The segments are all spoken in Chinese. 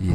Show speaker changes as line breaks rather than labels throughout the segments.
以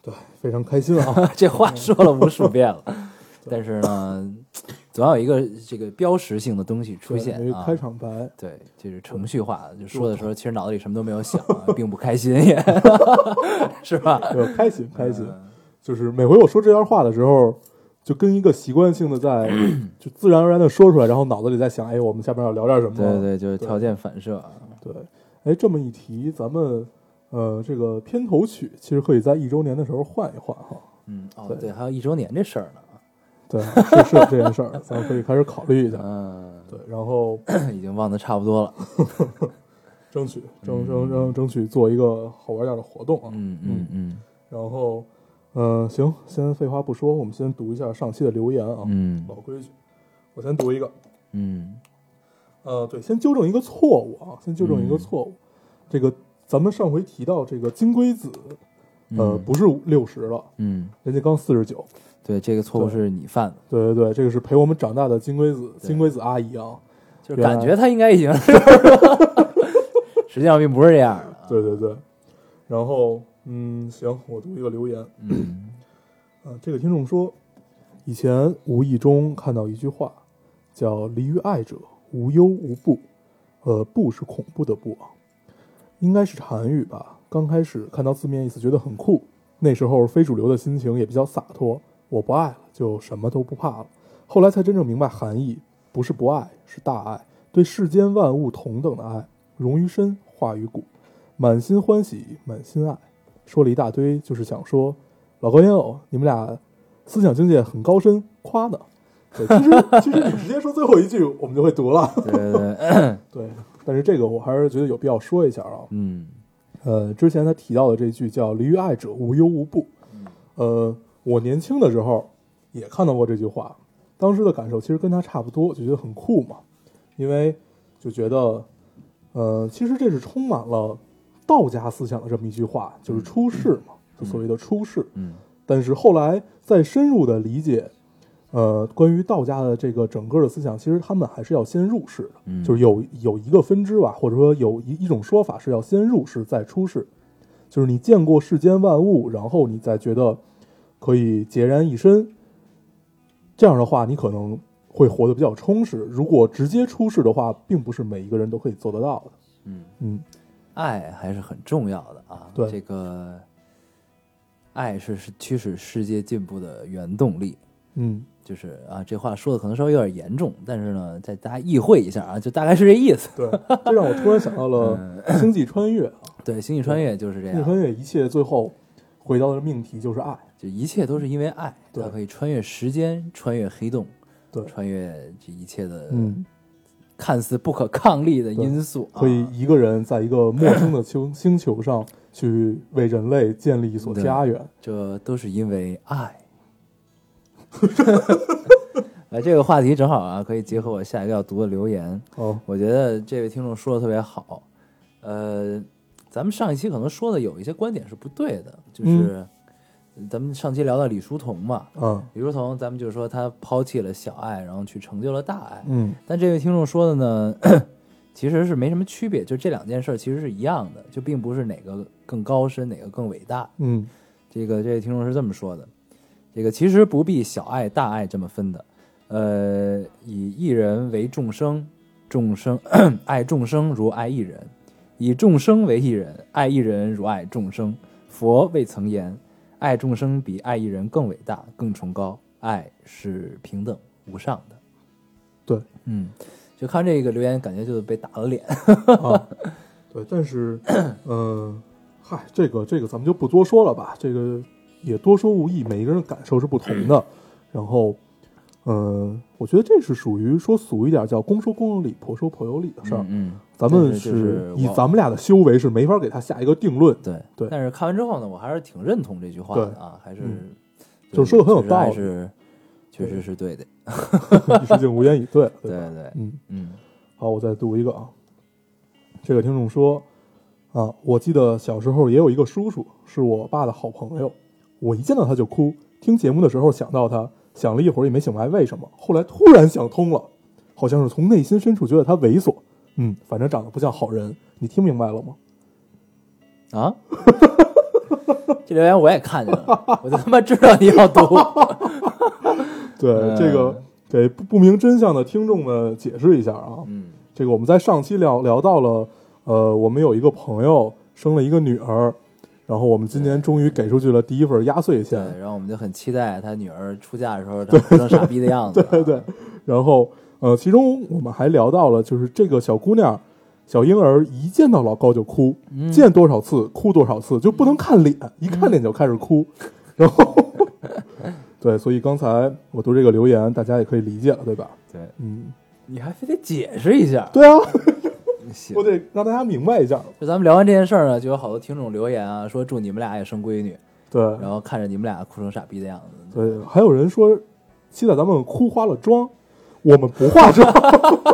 对，非常开心啊！
这话说了无数遍了， 但是呢，总要有一个这个标识性的东西 出
对
现
有一
啊。
开场白，
对，就是程序化的，就说的时候，其实脑子里什么都没有想啊，并不开心也， 是吧？
对，呃开心开心。
嗯
就是每回我说这段话的时候，就跟一个习惯性的在， 就自然而然的说出来，然后脑子里在想，哎，我们下边要聊点什么？
对对，就是条件反射啊。
对哎，这么一提，咱们呃，这个片头曲其实可以在一周年的时候换一换哈。
嗯，哦
对，
对，还有一周年这事儿呢。
对，是是有这件事儿，咱们可以开始考虑一下。
嗯，
对，然后
已经忘得差不多了。
争取争争争争取做一个好玩点的活动啊。
嗯嗯嗯
然后，呃，行，先废话不说，我们先读一下上期的留言啊。
嗯
老规矩，我先读一个。
嗯
呃，对，先纠正一个错误啊，先纠正一
嗯
个错误。这个咱们上回提到这个金龟子，呃，
嗯
不是六十了，
嗯，
人家刚四十九。
对，这个错误
对
是你犯的，
对对对，这个是陪我们长大的金龟子，
对
金龟子阿姨啊。
就是感觉他应该已经 实际上并不是这样的啊。
对对对。然后，嗯，行，我读一个留言。
嗯
呃，这个听众说，以前无意中看到一句话，叫“离于爱者，无忧无怖”，呃，怖是恐怖的怖啊，应该是韩语吧。刚开始看到字面意思觉得很酷，那时候非主流的心情也比较洒脱，我不爱了，就什么都不怕了。后来才真正明白含义，不是不爱，是大爱，对世间万物同等的爱，融于身，化于骨，满心欢喜，满心爱。说了一大堆，就是想说，老高烟友，你们俩思想境界很高深，夸呢。对，其实其实你直接说最后一句，我们就会读了。
对对 对，
对，但是这个我还是觉得有必要说一下啊。
嗯
呃，之前他提到的这句叫“离于爱者，无忧无怖”。呃，我年轻的时候也看到过这句话，当时的感受其实跟他差不多，就觉得很酷嘛，因为就觉得，呃，其实这是充满了道家思想的这么一句话，就是出世嘛，就所谓的出世。
嗯
但是后来再深入的理解，呃，关于道家的这个整个的思想，其实他们还是要先入世的，
嗯
就是有有一个分支吧，或者说有一一种说法是要先入世再出世，就是你见过世间万物，然后你再觉得可以孑然一身，这样的话，你可能会活得比较充实。如果直接出世的话，并不是每一个人都可以做得到的。
嗯。
嗯，
爱还是很重要的啊。
对
这个爱是是驱使世界进步的原动力。
嗯，
就是啊，这话说的可能稍微有点严重，但是呢，再大家意会一下啊，就大概是这意思。
对，这让我突然想到了《星际穿越》啊。
对，《星际穿越》就是这
逆穿
样，
越一切最后回到的命题就是爱，
就一切都是因为爱，
对
它可以穿越时间，穿越黑洞，
对，
穿越这一切的
嗯，
看似不可抗力的因素啊。
可以一个人在一个陌生的星星球上去为人类建立一所家园，
这都是因为爱。 哎，这个话题正好啊，可以结合我下一个要读的留言。
哦，
我觉得这位听众说的特别好，呃，咱们上一期可能说的有一些观点是不对的，就是咱们上期聊到李叔同嘛，
嗯
李叔同咱们就是说他抛弃了小爱，然后去成就了大爱，
嗯
但这位听众说的呢， 其实是没什么区别，就这两件事儿其实是一样的，就并不是哪个更高深，哪个更伟大。
嗯
这个这位听众是这么说的：这个其实不必小爱大爱这么分的，呃，以一人为众生，众生 爱众生如爱一人，以众生为一人，爱一人如爱众生。佛未曾言，爱众生比爱一人更伟大、更崇高，爱是平等无上的。
对
嗯，就看这个留言，感觉就被打了脸。
啊，对，但是，嗯，嗨，这个这个咱们就不多说了吧，这个也多说无益，每一个人感受是不同的，然后。呃嗯，我觉得这是属于说俗一点叫公说公有理，婆说婆有理的事儿。
嗯，
咱们
对对就是
以
我
咱们俩的修为是没法给他下一个定论。
对
对
但是看完之后呢，我还是挺认同这句话的啊，还是、
嗯
对
就是说得很有道理
确实还是确实是对的。
一时竟无言以对了。
对
吧
对，
嗯，
嗯
好，我再读一个啊。这个听众说啊，我记得小时候也有一个叔叔，是我爸的好朋友，我一见到他就哭。听节目的时候想到他，想了一会儿也没想明白为什么，后来突然想通了，好像是从内心深处觉得他猥琐。嗯，反正长得不像好人，你听明白了吗？
啊， 这留言我也看见了，我就他妈知道你要读。
对，
嗯
这个给不不明真相的听众们解释一下啊。
嗯
这个我们在上期聊聊到了，呃，我们有一个朋友生了一个女儿，然后我们今年终于给出去了第一份压岁
对，
钱，
然后我们就很期待他女儿出嫁的时候，她哭成傻逼的样子。啊
对对，然后呃，其中我们还聊到了，就是这个小姑娘。小婴儿一见到老高就哭，
嗯
见多少次哭多少次，就不能看脸，一看脸就开 始哭，然后， 对，所以刚才我读这个留言，大家也可以理解了，对吧？
对，
嗯，
你还非得解释一下。
对啊，
行
我得让大家明白一下，
就咱们聊完这件事儿呢，就有好多听众留言啊，说祝你们俩也生闺女，
对，
然后看着你们俩哭成傻逼的样子。
对，还有人说期待咱们哭花了妆，我们不化妆，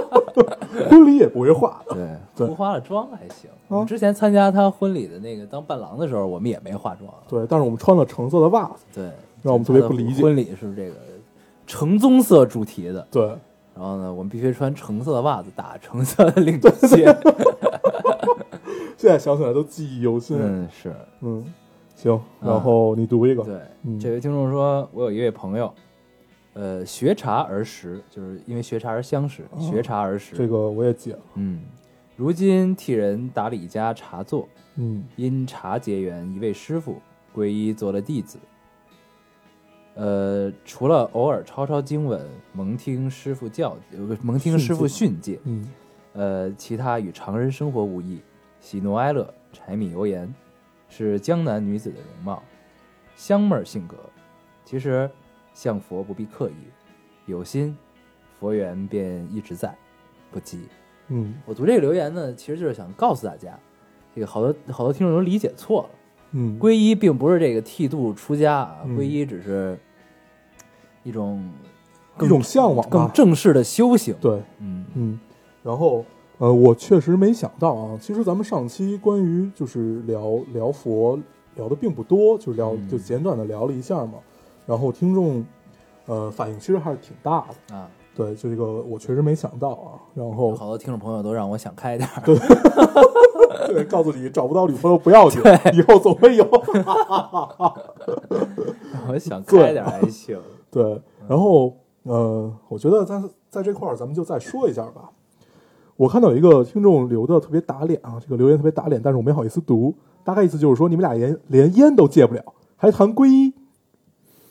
婚礼也不会化 的。
对，
对哦
不化了妆还行。我们之前参加他婚礼的那个当伴郎的时候，我们也没化妆。
对，但是我们穿了橙色的袜子。
对，
让我们特别不理解
婚礼是这个橙棕色主题的，
对，
然后呢，我们必须穿橙色的袜子，打橙色的领结。
现在想起来都记忆犹新。嗯
嗯，是
行，然后你读一个。
对。
嗯
这位听众说，我有一位朋友，呃，学茶而识，就是因为学茶而相识，学茶而识。
哦这个我也解了。
嗯，如今替人打理一家茶座，
嗯
因茶结缘一位师傅，皈依做了弟子。呃，除了偶尔抄抄经文，蒙听师傅教，呃，不蒙听师傅训诫，
嗯，
呃，其他与常人生活无异，喜怒哀乐、柴米油盐，是江南女子的容貌，香妹儿性格。其实，向佛不必刻意，有心，佛缘便一直在，不急。
嗯
我读这个留言呢，其实就是想告诉大家，这个好多好多听众都理解错了。
嗯，
皈依并不是这个剃度出家啊，
嗯
皈依只是一种
一种向往
更
吧。
正式的修行。
对，
嗯，
嗯，然后呃，我确实没想到啊，其实咱们上期关于就是聊聊佛聊的并不多，就聊、
嗯
就简短的聊了一下嘛，然后听众呃反应其实还是挺大的，
啊，
对，就这个我确实没想到啊，然
有
后
好多听众朋友都让我想开 点儿。
对， 告诉你找不到女朋友不要紧，以后总会有，
我想开点儿还 行。
对，然后呃，我觉得在在这块儿咱们就再说一下吧。我看到有一个听众留的特别打脸啊，这个留言特别打脸，但是我没好意思读，大概意思就是说你们俩连连烟都戒不了，还谈皈依。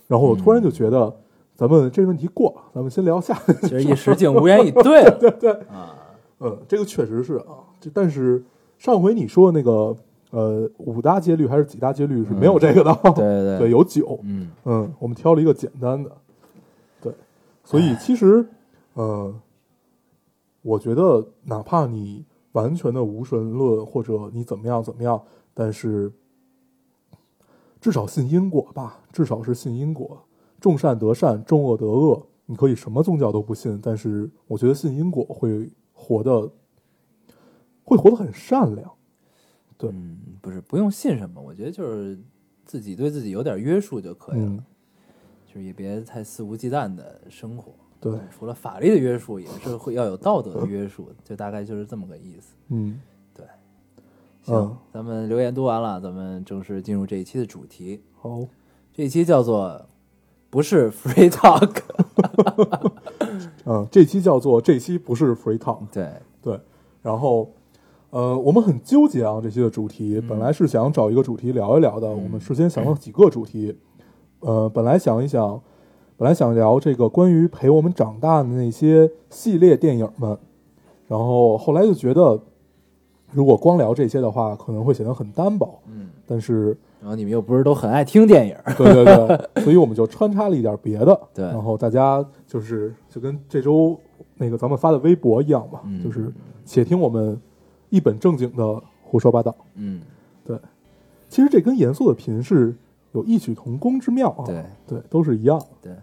然后我突然就觉得，咱们这问题过了，咱们先聊下。
其实一时竟无言以对 了
嗯，这个确实是啊，这但是上回你说那个呃五大戒律还是几大戒律是没有这个的，
嗯对 对对
有九，
嗯，
嗯，我们挑了一个简单的，对，所以其实，呃，我觉得哪怕你完全的无神论或者你怎么样怎么样，但是至少信因果吧，至少是信因果，众善得善，众恶得恶。你可以什么宗教都不信，但是我觉得信因果会活的，会活得很善良。对
嗯，不是不用信什么，我觉得就是自己对自己有点约束就可以了，
嗯，
就是也别太肆无忌惮的生活。
对，
除了法律的约束，也是会要有道德的约束，就大概就是这么个意思。
嗯，
对，行，
嗯，
咱们留言读完了，咱们正式进入这一期的主题。
好，
这一期叫做“不是 free talk”，
嗯，这期叫做这期不是 free talk，
对，
对，然后呃，我们很纠结啊，这期的主题本来是想找一个主题聊一聊的，我们事先想了几个主题，呃，本来想一想，本来想聊这个关于陪我们长大的那些系列电影们，然后后来就觉得，如果光聊这些的话，可能会显得很单薄，
嗯，
但是
然后你们又不是都很爱听电影儿，
对 对对，所以我们就穿插了一点别的。
对
然后大家就是就跟这周那个咱们发的微博一样嘛，
嗯
就是且听我们一本正经的胡说八道。
嗯，
其实这跟严肃的贫士有异曲同工之妙啊。
对
对，都是一样的。
对，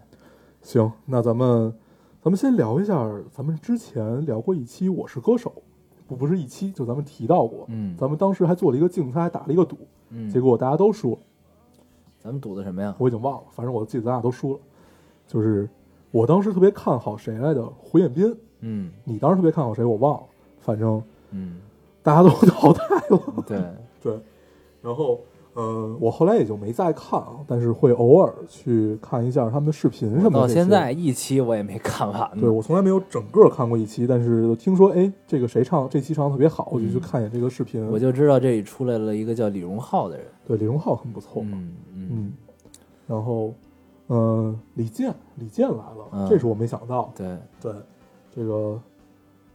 行，那咱们咱们先聊一下，咱们之前聊过一期《我是歌手》，不不是一期，就咱们提到过，
嗯，
咱们当时还做了一个竞猜，还打了一个赌，
嗯
结果大家都输了，
咱们赌的什么呀？
我已经忘了，反正我记得咱俩都输了。就是我当时特别看好谁来的，胡彦斌，
嗯
你当时特别看好谁，我忘了，反正
嗯，
大家都淘汰了。
对，
对，然后呃，我后来也就没再看啊，但是会偶尔去看一下他们的视频什么的。
到现在一期我也没看完
对
呢。
我从来没有整个看过一期，但是听说哎，这个谁唱这期唱的特别好，我就去
嗯
看一眼这个视频。
我就知道这里出来了一个叫李荣浩的人。
对李荣浩很不错，
嗯嗯，
嗯然后呃，李健，李健来了，
嗯
这是我没想到。
对，
对，这个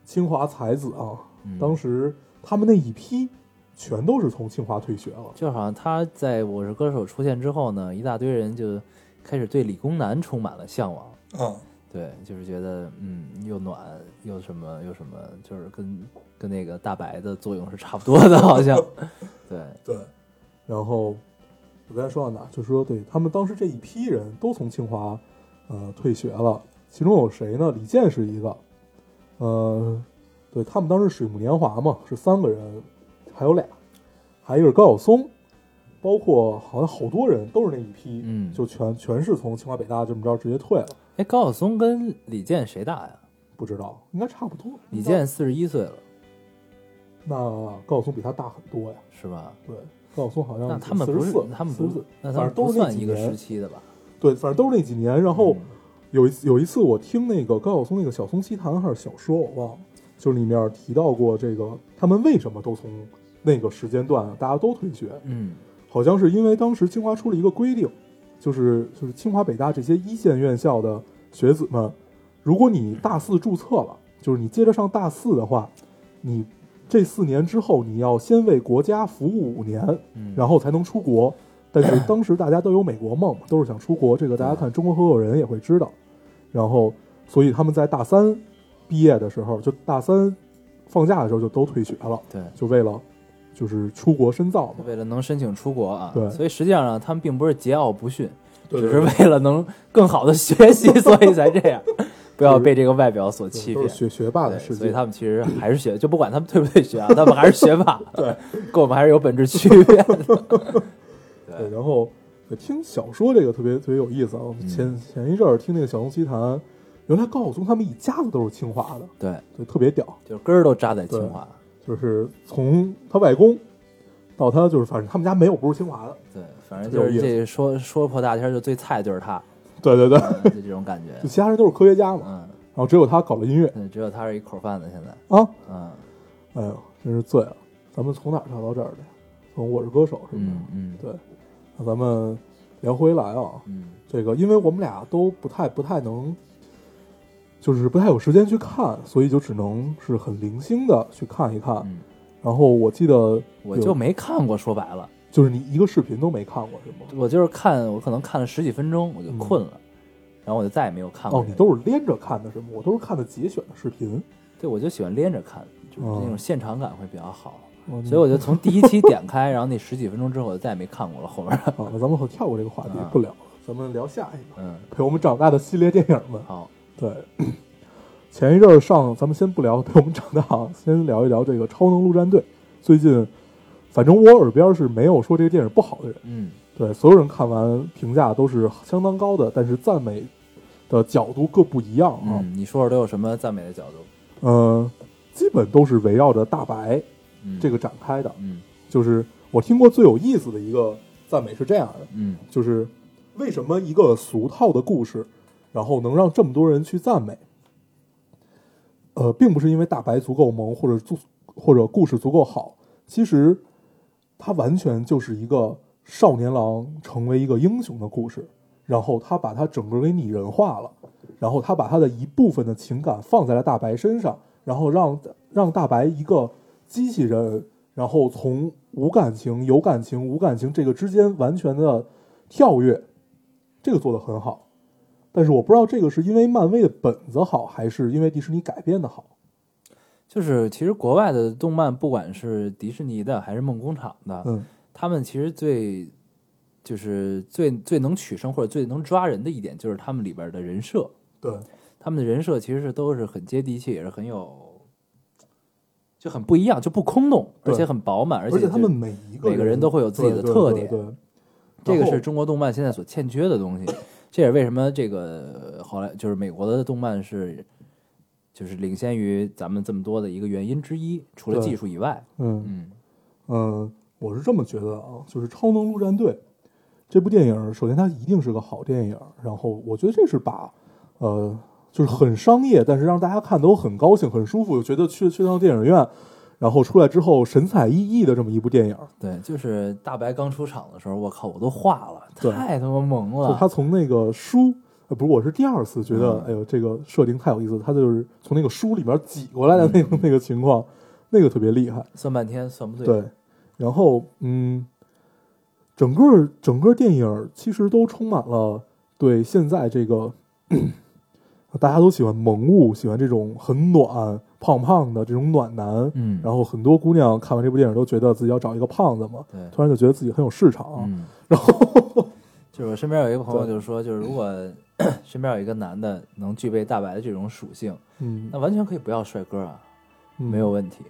清华才子啊，
嗯
当时他们那一批全都是从清华退学了。
就好像他在《我是歌手》出现之后呢，一大堆人就开始对理工男充满了向往。
啊，
对，就是觉得嗯，又暖又什么又什么，就是跟跟那个大白的作用是差不多的，好 像。对，
对，然后我刚才说到哪儿？就是说，对他们当时这一批人都从清华呃退学了，其中有谁呢？李健是一个，呃，对他们当时水木年华嘛，是三个人，还有俩，还有一个是高晓松，包括好像好多人都是那一批，
嗯
就全全是从清华北大这么着直接退了，
哎，高晓松跟李健谁大呀？
不知道应该差不多。
李健四十一岁了，
那高晓松比他大很多呀，
是吧？
对，高晓松好像
那他们
四
不
十
是
四，
他们
四
不
十四，
那他
反
们
正都
不
是那
算
几
一个
年
时期的吧？
对，反正都是那几年。然后
嗯
有一次有一次我听那个高晓松那个《晓松奇谈》还是小说，我忘了，就是里面提到过这个他们为什么都从那个时间段啊大家都退学，
嗯
好像是因为当时清华出了一个规定，就是就是清华北大这些一线院校的学子们，如果你大四注册了，就是你接着上大四的话，你这四年之后你要先为国家服务五年，
嗯，
然后才能出国。但是当时大家都有美国梦嘛，都是想出国，这个大家看《中国合伙人》也会知道。然后，所以他们在大三毕业的时候，就大三放假的时候就都退学了，
对。
就为了就是出国深造嘛。
为了能申请出国啊，
对
所以实际上呢，他们并不是桀骜不驯，
对
只是为了能更好的 学习，所以才这 样，不要被这个外表所欺
都
骗
是。学学霸的
对
世界，
所以他们其实还是学，就不管他们退不退学啊，他们还是学 霸，对，跟我们还是有本质区别的。
对，然后呃听小说这个特别特别有意思啊。我
嗯
们前、前一阵儿听那个《小松奇谈》，原来高晓松他们一家子都是清华的，
对，
对，特别屌。
就根儿都扎在清华。
就是从他外公到他，就是反正他们家没有不是清华的。
对，反正就是这说说破大天儿就最菜就是他，
对对对，
嗯就这种感觉
就。其他人都是科学家嘛，
嗯，
然后只有他搞了音乐
对只有他是一口贩子现在。
啊，
嗯
哎呦，真是醉了。咱们从哪儿聊到这儿的？从《我是歌手》是吧
嗯？嗯
对，那咱们聊回来啊，
嗯
这个因为我们俩都不太不太能，就是不太有时间去看，所以就只能是很零星的去看一看。
嗯，
然后我记得
我
有
就没看过，说白了，
就是你一个视频都没看过是吗？
我就是看，我可能看了十几分钟我就困了，然后我就再也没有看过
嗯哦，
这个。
你都是连着看的是吗？我都是看的节选的视频，
对，我就喜欢连着看，就是
哦
那种现场感会比较好。
哦
所以我就从第一期点开，然后那十几分钟之后，我就再也没看过了后面儿。
好，那咱们可跳过这个话题
啊
不聊了，咱们聊下一个
嗯，
陪我们长大的系列电影们。
好，
对，前一阵儿上，咱们先不聊陪我们长大，啊，先聊一聊这个《超能陆战队》。最近，反正我耳边是没有说这个电影不好的人，
嗯
对所有人看完评价都是相当高的，但是赞美的角度各不一样啊。
嗯，你说说都有什么赞美的角度？
呃，基本都是围绕着大白
嗯，
这，个展开的。
嗯
就是我听过最有意思的一个赞美是这样的，
嗯
就是为什么一个俗套的故事，然后能让这么多人去赞美？呃，并不是因为大白足够萌，或者足或者故事足够好，其实它完全就是一个少年郎成为一个英雄的故事，然后他把它整个给拟人化了，然后他把他的一部分的情感放在了大白身上，然后让让大白一个机器人，然后从无感情、有感情、无感情这个之间完全的跳跃，这个做得很好。但是我不知道这个是因为漫威的本子好，还是因为迪士尼改编的好。
就是其实国外的动漫，不管是迪士尼的还是梦工厂的，
嗯
他们其实最就是最最能取胜或者最能抓人的一点，就是他们里边的人设，
对，
他们的人设其实是都是很接地气，也是很有就很不一样，就不空洞，
对
而且很饱满，而
而且
且
他们每一个
每个人都会有自己的
对对
特点
对对
这个
然后
是中国动漫现在所欠缺的东西，这也是为什么这个好莱就是美国的动漫是就是领先于咱们这么多的一个原因之一，除了
对
技术以外，
嗯
嗯
嗯，我是这么觉得啊，就是《超能陆战队》这部电影，首先它一定是个好电影，然后我觉得这是把呃，就是很商业，但是让大家看都很高兴、很舒服，觉得去去趟电影院，然后出来之后神采奕奕的这么一部电影。
对，就是大白刚出场的时候，我靠，我都化了，
对
太他妈萌
就
了，
他从那个书，呃，不是，我是第二次觉
嗯
得，哎呦，这个设定太有意思了，他就是从那个书里面挤过来的那个、
嗯
那个情况，那个特别厉害。
算半天算不
对，然后嗯，整个整个电影其实都充满了对现在这个大家都喜欢萌物，喜欢这种很暖、胖胖的这种暖男。
嗯，
然后很多姑娘看完这部电影都觉得自己要找一个胖子嘛，
对，
突然就觉得自己很有市场。
嗯，
然后
就是我身边有一个朋友
对
就说，就是如果 身边有一个男的能具备大白的这种属性，
嗯，
那完全可以不要帅哥啊，
嗯
没有问题，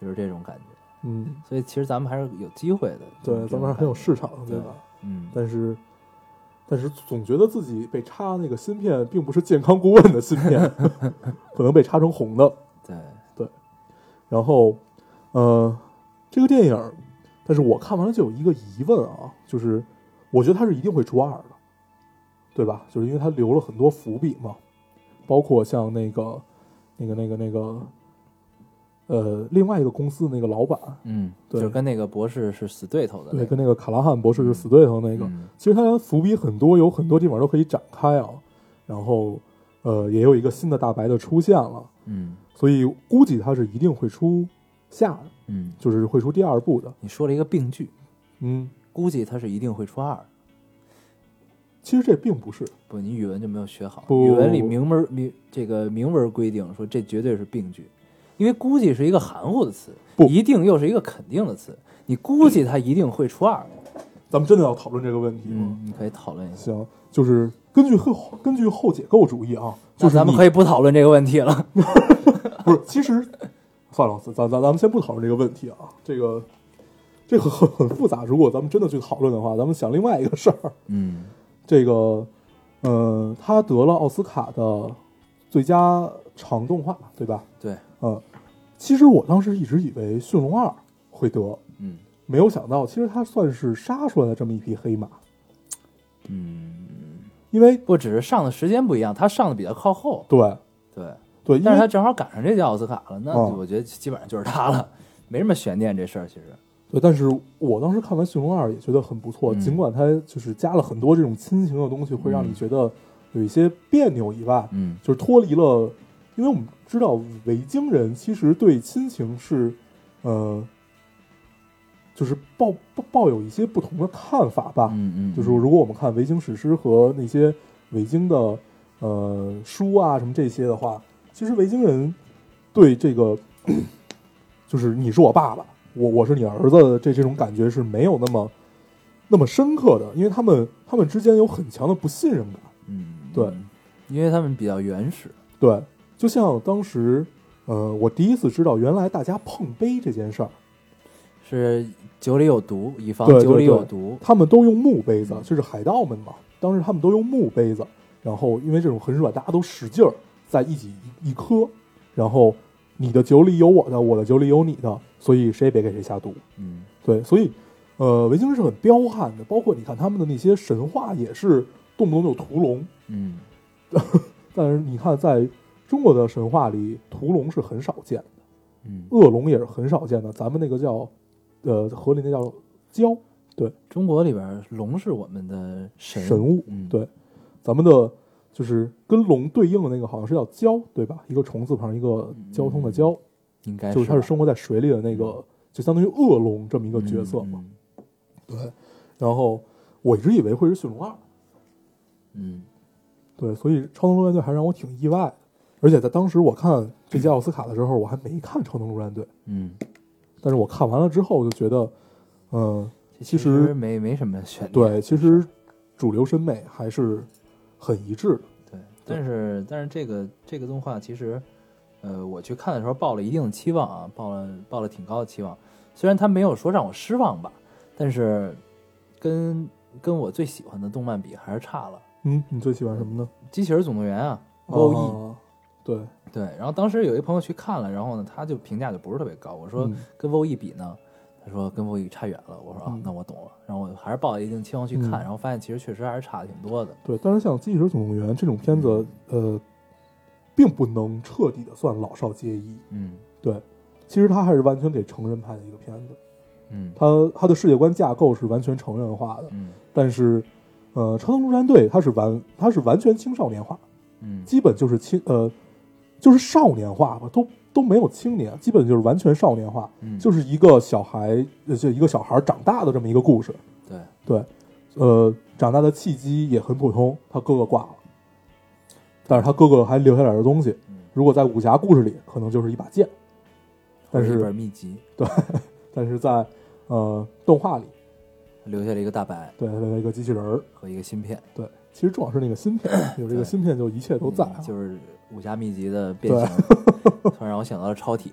就是这种感觉。
嗯，
所以其实咱们还是有机会的。
对，咱们还是很有市场的，
对
对吧？
嗯，
但是，但是总觉得自己被插那个芯片，并不是健康顾问的芯 片，可能被插成红的。
对，
然后，呃，这个电影儿，但是我看完了就有一个疑问啊，就是我觉得它是一定会出二的，对吧？就是因为它留了很多伏笔嘛，包括像那个、那个、那个、那个，呃，另外一个公司的那个老板，
嗯，
对
就跟那个博士是死对头的那
对，
个，
跟那个卡拉汉博士是死对头那个，
嗯
其实它伏笔很多，有很多地方都可以展开啊。然后，呃，也有一个新的大白的出现了，
嗯
所以估计它是一定会出下，
嗯，
就是会出第二部的。
你说了一个病句，
嗯，
估计他是一定会出二。
其实这并不是，
不，你语文就没有学好。
不
语文里明文明这个明文规定说，这绝对是病句，因为估计是一个含糊的词，
不
一定又是一个肯定的词。你估计他一定会出二，
咱们真的要讨论这个问题吗？
嗯，你可以讨论一下。
行，就是根据后根据后解构主义啊，就
那
是
咱们
你
可以不讨论这个问题了。
不是，其实算了，咱咱咱咱们先不讨论这个问题啊，这个这个很很复杂。如果咱们真的去讨论的话，咱们想另外一个事儿。
嗯
这个，呃，他得了奥斯卡的最佳长动画，对吧？
对，
嗯，其实我当时一直以为《驯龙二》会得，
嗯
没有想到，其实他算是杀出来的这么一匹黑马，
嗯，
因为
不只是上的时间不一样，他上的比较靠后。
对
对，
对，因
但
为
是他正好赶上这届奥斯卡了，那
哦
我觉得基本上就是他了，没什么悬念这事儿。其实，
对，但是我当时看完《驯龙二》也觉得很不错，
嗯
尽管它就是加了很多这种亲情的东西，会让你觉得有一些别扭以外，
嗯
就是脱离了，因为我们知道维京人其实对亲情是，呃，就是抱抱抱有一些不同的看法吧。
嗯嗯，
啊就是如果我们看维京史诗和那些维京的呃书啊什么这些的话，其实维京人对这个 就是你是我爸爸，我我是你儿子的这这种感觉是没有那么那么深刻的，因为他们他们之间有很强的不信任感。
嗯，
对
嗯，因为他们比较原始，
对，就像当时呃我第一次知道原来大家碰杯这件事儿，
是酒里有毒，以防
对对
酒里
对
有毒。
他们都用木杯子，就是海盗们嘛。当时他们都用木杯子，然后因为这种很软，大家都使劲儿在一起一一磕，然后你的酒里有我的，我的酒里有你的，所以谁也别给谁下毒。
嗯
对，所以呃，维京人是很彪悍的，包括你看他们的那些神话也是动不动就屠龙，
嗯，
但是你看在中国的神话里，屠龙是很少见的，
嗯，
恶龙也是很少见的，咱们那个叫呃河里那叫蛟，
中国里边龙是我们的神
神物
嗯，
对咱们的就是跟龙对应的那个好像是叫蛟，对吧？一个虫字旁，一个交通的交，
应该
嗯就是它是
吧嗯
生活在水里的嗯那个，就相当于恶龙这么一个角色嘛。。对，然后我一直以为会是驯龙二，
嗯嗯，嗯
对，所以超能陆战队还让我挺意外的。而且在当时我看这届奥斯卡的时候，我还没看《超能陆战队》，
嗯，
但是我看完了之后就觉得，嗯，
这
其实
实没没什么悬念。
对，其实主流审美还是很一致的。
对，但是但是这个这个动画其实，呃，我去看的时候抱了一定的期望啊，抱了抱了挺高的期望。虽然它没有说让我失望吧，但是跟跟我最喜欢的动漫比还是差了。
嗯，你最喜欢什么呢？
《机器人总动员》啊，O E、
啊对，
对。然后当时有一朋友去看了，然后呢，他就评价就不是特别高。我说
嗯
跟 O E 比呢，他说跟 O E 差远了。我说啊
嗯，
那我懂了。然后我还是抱了一定期望去
嗯
看，然后发现其实确实还是差挺多的。
对，但是像《机器人总动员》这种片子，
嗯
呃，并不能彻底的算老少皆宜。
嗯
对，其实它还是完全给成人拍的一个片子，
嗯
它它的世界观架构是完全成人化的，
嗯
但是，呃，《超能陆战队》它是完它是完全青少年化，
嗯
基本就是青呃就是少年化吧，都都没有青年，基本就是完全少年化，
嗯，
就是一个小孩呃就一个小孩长大的这么一个故事。
对。
对，呃，长大的契机也很普通，他哥哥挂了，但是他哥哥还留下点儿东西
嗯。
如果在武侠故事里，可能就是一把剑，但
哦一本
是
秘籍
但是在呃动画里，
留下了一个大白
对，留下一个机器人儿。
和一个芯片，
对，其实重要是那个芯片，有这个
对
芯片就一切都在啊、
嗯就是武侠秘籍的变 形，突然让我想到了超体，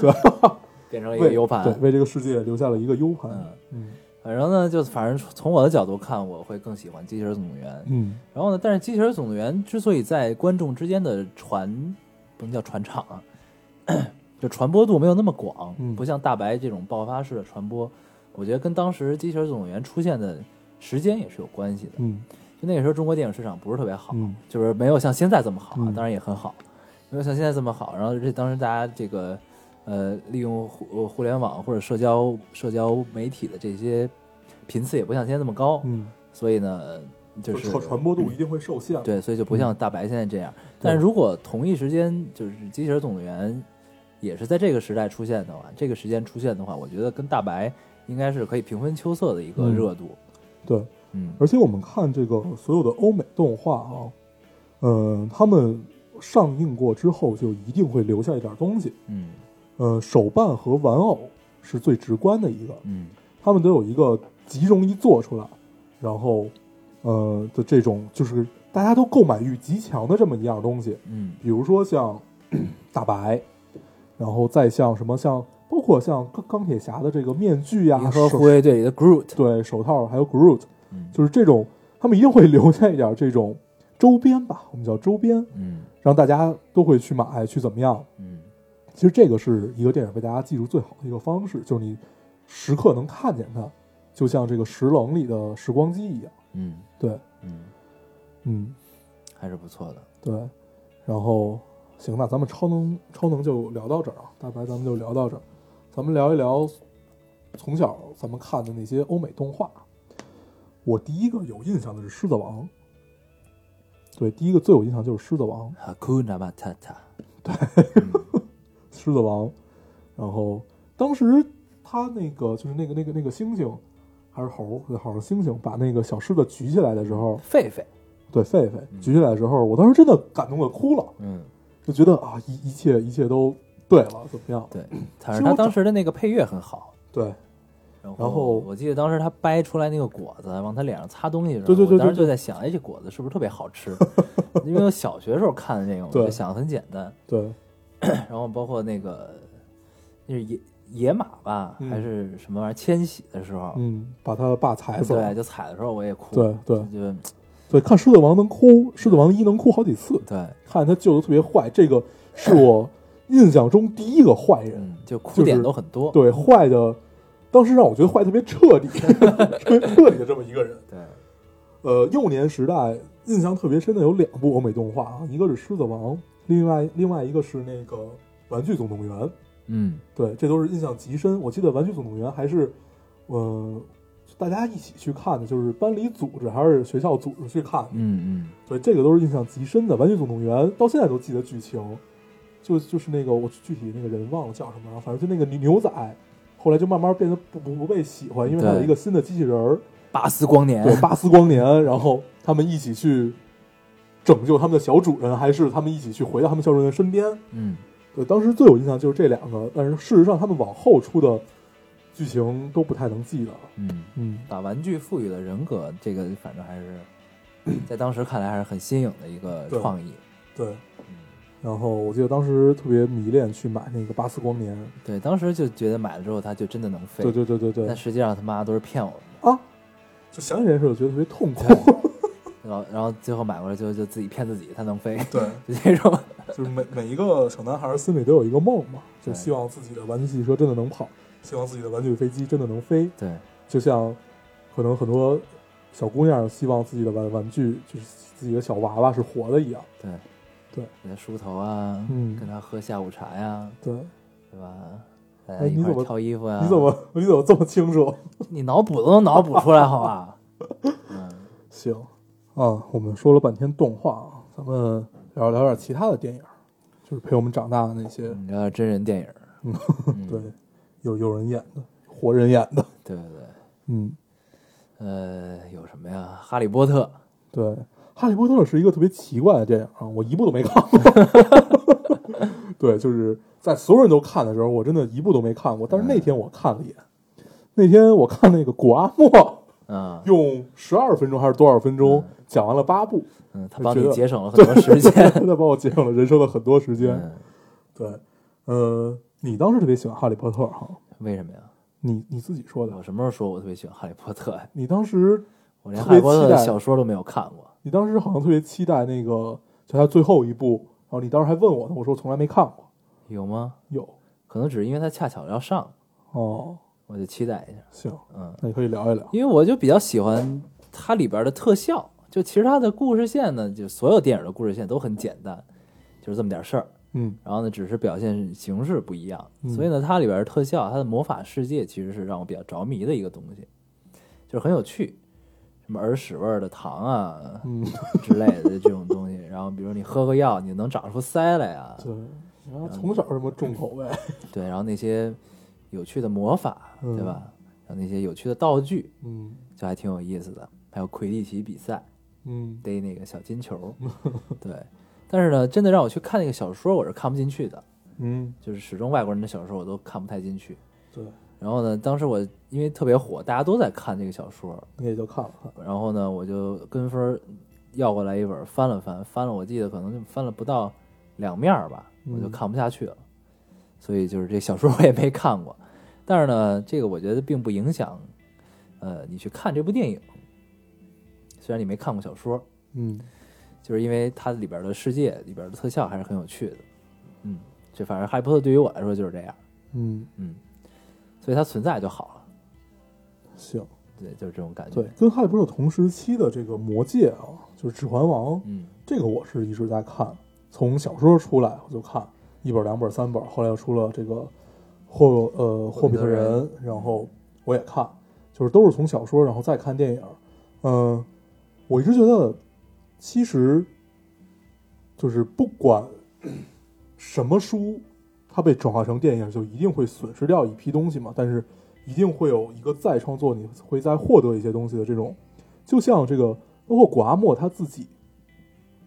对，
变成了一个
为
U
对
盘。
为这个世界留下了一个 U 盘。
嗯
嗯
反正呢，就反正从我的角度看，我会更喜欢《机器人总动员》。
嗯
然后呢，但是《机器人总动员》之所以在观众之间的传，不能叫传唱啊， 就传播度没有那么广，
嗯
不像大白这种爆发式的传播，我觉得跟当时《机器人总动员》出现的时间也是有关系的。
嗯
就那个时候中国电影市场不是特别好，
嗯
就是没有像现在这么好啊，
嗯
当然也很好，没有像现在这么好。然后这当时大家这个呃，利用互互联网或者社交社交媒体的这些频次也不像现在这么高，
嗯，
所以呢，就是
传传播度一定会受限。
对，所以就不
嗯
像大白现在这样。但如果同一时间就是《机器人总动员》也是在这个时代出现的话，这个时间出现的话，我觉得跟大白应该是可以平分秋色的一个
嗯
热度。
对，
嗯
而且我们看这个所有的欧美动画啊，嗯、他们上映过之后就一定会留下一点东西。
嗯
呃，手办和玩偶是最直观的一个，
嗯
他们都有一个极容易做出来，然后呃的这种就是大家都购买欲极强的这么一样东西。
嗯
比如说像大白，然后再像什么像包括像钢钢铁侠的这个面具呀、
银河
手
护卫队里的 Groot，
对手套，还有 Groot，
嗯
就是这种，他们一定会留下一点这种周边吧，我们叫周边，
嗯
让大家都会去买，去怎么样？
嗯
其实这个是一个电影被大家记住最好的一个方式，就是你时刻能看见它，就像这个《石冷》里的时光机一样。
嗯
对，
嗯，
嗯，
还是不错的。
对。然后行，那咱们超能超能就聊到这儿啊，大白咱们就聊到这儿，咱们聊一聊从小咱们看的那些欧美动画。我第一个有印象的是《狮子王》，对，第一个最有印象就是《狮子王》，《
Hakuna Matata，
狮子王》，然后当时他那个就是那个那个那个猩猩还是猴，好像猩猩把那个小狮子举起来的时候，
狒狒，
对，狒狒举起来的时候，我当时真的感动的哭了。
嗯，
就觉得啊，一一切一切都对了，怎么样？
对，反
其实
正他
我找
当时的那个配乐很好。
对，
然
然后
我记得当时他掰出来那个果子，往他脸上擦东西的时候，
对对对
我当时
对
就在想，哎，这果子是不是特别好 吃？因为我小学时候看的这个，我
对
就想的很简单。
对，
然后包括那个，那是野野马吧，
嗯
还是什么玩意儿？迁徙的时候，
嗯，把他爸踩死
对，
了。
就踩的时候我也哭，
对对
就就
对，看《狮子王》能哭，《狮子王一》能哭好几次，
对，
看见他舅舅特别坏，这个是我印象中第一个坏人。
嗯，就哭
就是
点都很多，
对，坏的，当时让我觉得坏特别彻底， 特别彻底的这么一个人。
对，
呃，幼年时代印象特别深的有两部欧美动画啊，一个是《狮子王》，另外另外一个是那个《玩具总动员》。
嗯
对，这都是印象极深。我记得《玩具总动员》还是，呃，大家一起去看的，就是班里组织还是学校组织去看的，
嗯嗯
所以这个都是印象极深的。《玩具总动员》到现在都记得剧情，就就是那个我具体那个人忘了叫什么了，反正就那个牛牛仔，后来就慢慢变得不不不被喜欢，因为他有
对
一个新的机器人儿，
巴斯光年，
对，巴斯光年，然后他们一起去拯救他们的小主人，还是他们一起去回到他们小主人的身边？
嗯
对，当时最有印象就是这两个，但是事实上他们往后出的剧情都不太能记得了。
嗯，
嗯，
把玩具赋予了人格，这个反正还 是在当时看来还是很新颖的一个
对
创意。
对。然后我记得当时特别迷恋去买那个巴斯光年，
对，当时就觉得买了之后它就真的能飞，
对对对对对
但实际上他妈都是骗我们
啊！就想起这件事，我觉得特别痛苦。
的，然后然后最后买过来之后就自己骗自己它能飞，
对，
就这种。
就是每每一个小男孩心里都有一个梦嘛，就
对
希望自己的玩具汽车真的能跑，希望自己的玩具飞机真的能飞。
对，
就像可能很多小姑娘希望自己的玩玩具就是自己的小娃娃是活的一样。
对，
对，
给他梳头啊，
嗯
跟他喝下午茶呀、
对，
对吧？大家
哎
一
你
块
怎
儿
么
挑衣服呀、啊
你怎么 你怎么这么清楚？
你脑补都能脑补出来，好 吧？嗯，
行啊，我们说了半天动画啊，咱们聊聊点其他的电影，就是陪我们长大的那些，
你聊嗯点真人电影儿，嗯
对，有有人演的，活人演的，
对对对，
嗯，
呃，有什么呀？《哈利波特
对，《哈利波特》是一个特别奇怪的电影啊，我一部都没看 过。对，就是在所有人都看的时候，我真的一部都没看过。但是那天我看了一眼，那天我看那个古阿莫》
啊，
用十二分钟还是多少分钟讲完了八部，
嗯，他
我
帮
觉
你
得
节省了很多时间。
他帮我节省了人生的很多时间。
嗯，
对，呃，你当时特别喜欢《哈利波特》哈，
为什么呀？
你你自己说的
我，什么时候说我特别喜欢《哈利波特》呀？
你当时
我连《
特
哈
别
利波特》的
期待
小说都没有看过。
你当时好像特别期待那个就他最后一部，然后你当时还问我呢，我说我从来没看过，
有吗？
有
可能只是因为它恰巧要上，
哦，
我就期待一下。
行，
嗯，
那你可以聊一聊，
因为我就比较喜欢它里边的特效，就其实它的故事线呢，就所有电影的故事线都很简单，就是这么点事儿。
嗯
然后呢，只是表现形式不一样，
嗯
所以呢，它里边的特效，它的魔法世界其实是让我比较着迷的一个东西，就是很有趣，什么耳屎味儿的糖啊
嗯，
之类的这种东西。然后比如你喝个药，你能长出腮来啊，
对，然后从小这么重口味，
对，然后那些有趣的魔法，
嗯
对吧？然后那些有趣的道具，
嗯
就还挺有意思的。还有魁地奇比赛，
嗯
逮那个小金球， 对。但是呢，真的让我去看那个小说，我是看不进去的，
嗯，
就是始终外国人的小说我都看不太进去。
对，
然后呢，当时我因为特别火，大家都在看这个小说，
你也就看了看，
然后呢，我就跟风儿要过来一本儿，翻了翻，翻了，我记得可能就翻了不到两面儿吧，
嗯
我就看不下去了。所以就是这小说我也没看过，但是呢，这个我觉得并不影响，呃，你去看这部电影。虽然你没看过小说，
嗯
就是因为它里边儿的世界里边儿的特效还是很有趣的。嗯，这反正哈利波特对于我来说就是这样。
嗯，
嗯，所以它存在就好了。
行，
对，就是这种感觉。
对，跟《哈利波特》同时期的这个《魔戒》啊，就是《指环王》，
嗯，
这个我是一直在看，从小说出来我就看一本、两本、三本，后来又出了这个霍
霍
呃霍
比
比
特
特
人
人，然后我也看，就是都是从小说然后再看电影。嗯、我一直觉得其实就是不管什么书，它被转化成电影，就一定会损失掉一批东西嘛，但是一定会有一个再创作，你会再获得一些东西的这种。就像这个，包括古阿莫他自己，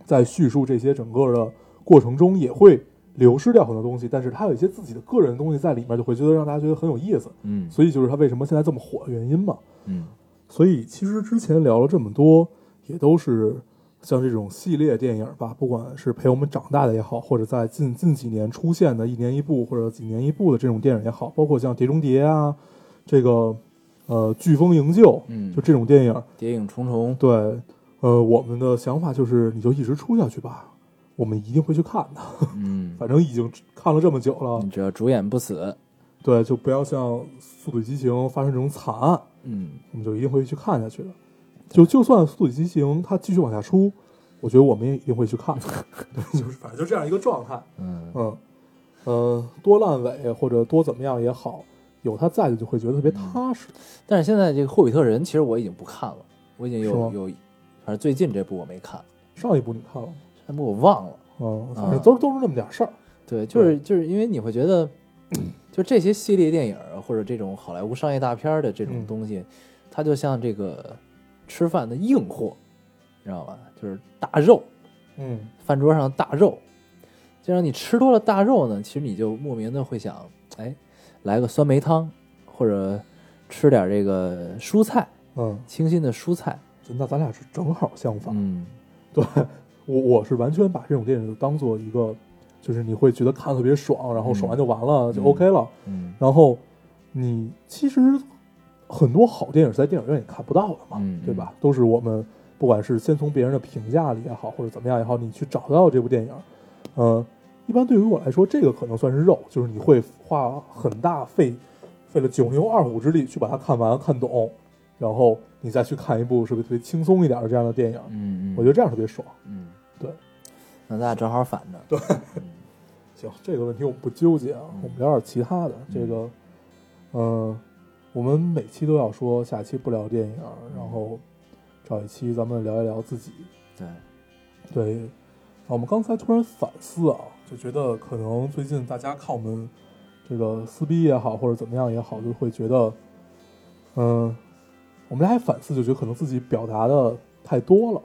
在叙述这些整个的过程中，也会流失掉很多东西，但是他有一些自己的个人的东西在里面，就会觉得让大家觉得很有意思。
嗯
所以就是他为什么现在这么火的原因嘛。
嗯
所以其实之前聊了这么多，也都是像这种系列电影吧，不管是陪我们长大的也好，或者在近近几年出现的一年一部或者几年一部的这种电影也好，包括像《碟中谍》啊，这个呃《飓风营救》，
嗯
就这种电影，
谍影重重。
对，呃，我们的想法就是你就一直出下去吧，我们一定会去看的，
嗯，
反正已经看了这么久了，
你只要主演不死，
对，就不要像《速度与激情》发生这种惨案，
嗯，
我们就一定会去看下去的。就就算《速度与激情》它继续往下出，我觉得我们也一定会去看， 对就是反正就这样一个状态。
嗯
嗯，呃，多烂尾或者多怎么样也好，有它在的就会觉得特别踏实。
但是现在这个霍比特人，其实我已经不看了，我已经
是
有
吗
有，反正最近这部我没看，
上一部你看了吗？
这部我忘了。
嗯，
啊
反正都是都是那么点事儿。
对，就是就是因为你会觉得，就这些系列电影儿或者这种好莱坞商业大片儿的这种
嗯
东西，它就像这个吃饭的硬货，你知道吧？就是大肉，
嗯
饭桌上的大肉，就让你吃多了大肉呢，其实你就莫名的会想，哎，来个酸梅汤，或者吃点这个蔬菜，
嗯，
清新的蔬菜，
就嗯那咱俩是正好相反。
嗯，
对我我是完全把这种电影就当做一个，就是你会觉得看特别爽，然后爽完就完了，就
嗯
OK 了。
嗯
然后你其实很多好电影是在电影院也看不到的嘛，
嗯
对吧？都是我们不管是先从别人的评价里也好，或者怎么样也好，你去找到这部电影，呃，一般对于我来说，这个可能算是肉，就是你会花很大费费了九牛二虎之力去把它看完看懂，然后你再去看一部是不是特别轻松一点的这样的电影，
嗯嗯，
我觉得这样特别爽。
嗯，
对，
那咱俩正好反着，对，
行，这个问题我们不纠结啊，我们聊点其他的。这个，呃，我们每期都要说下期不聊电影，然后找一期咱们聊一聊自己。
对，
对，啊，我们刚才突然反思啊，就觉得可能最近大家看我们这个撕逼也好，或者怎么样也好，就会觉得，嗯、我们俩还反思，就觉得可能自己表达的太多了。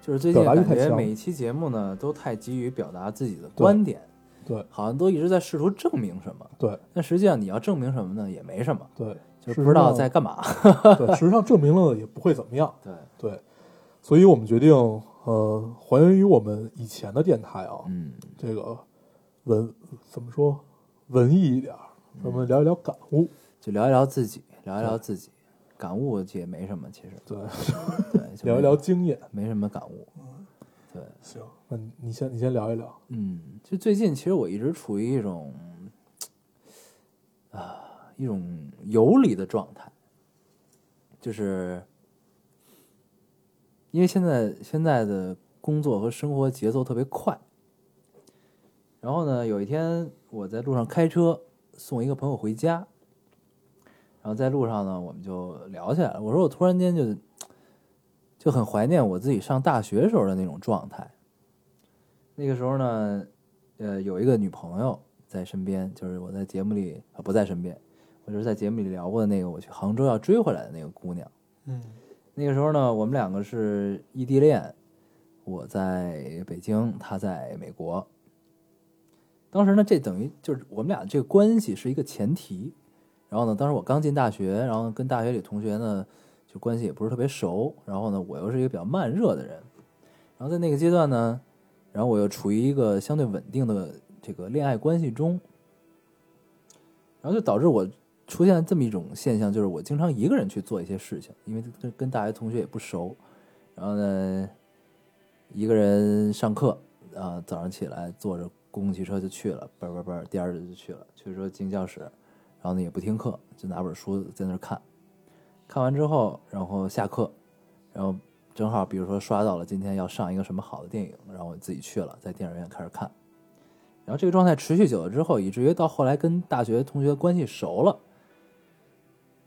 就是最近
表达欲
感
太
觉
强
每一期节目呢，都太急于表达自己的观点，
对
好像都一直在试图证明什么，
对
但实际上你要证明什么呢，也没什么，
对，
就是
事实
不知道
上
在干嘛，
对， 实际上证明了也不会怎么样。
对，
对，所以我们决定，呃，还原于我们以前的电台啊，
嗯
这个文怎么说文艺一点儿，咱们聊一聊感悟。
就聊一聊自己，聊一聊自己，感悟也没什么，其 实
对，
对，就没
聊一聊经验。
没什么感悟，对，
行，那你你先你先聊一聊。
嗯，就最近其实我一直处于一种啊一种游离的状态，就是因为现在现在的工作和生活节奏特别快，然后呢，有一天我在路上开车送一个朋友回家，然后在路上呢，我们就聊起来了。我说我突然间就就很怀念我自己上大学时候的那种状态。那个时候呢，呃，有一个女朋友在身边，就是我在节目里啊不在身边，我就是在节目里聊过的那个我去杭州要追回来的那个姑娘。
嗯
那个时候呢，我们两个是异地恋，我在北京，她在美国。当时呢，这等于就是我们俩这个关系是一个前提。然后呢，当时我刚进大学，然后跟大学里同学呢就关系也不是特别熟。然后呢，我又是一个比较慢热的人。然后在那个阶段呢，然后我又处于一个相对稳定的这个恋爱关系中。然后就导致我出现这么一种现象，就是我经常一个人去做一些事情，因为跟跟大学同学也不熟，然后呢，一个人上课啊，早上起来坐着公共汽车就去了，叭叭叭，第二日就去了，去说进教室，然后呢也不听课，就拿本书在那儿看，看完之后，然后下课，然后正好比如说刷到了今天要上一个什么好的电影，然后我自己去了，在电影院开始看。然后这个状态持续久了之后，以至于到后来跟大学同学关系熟了，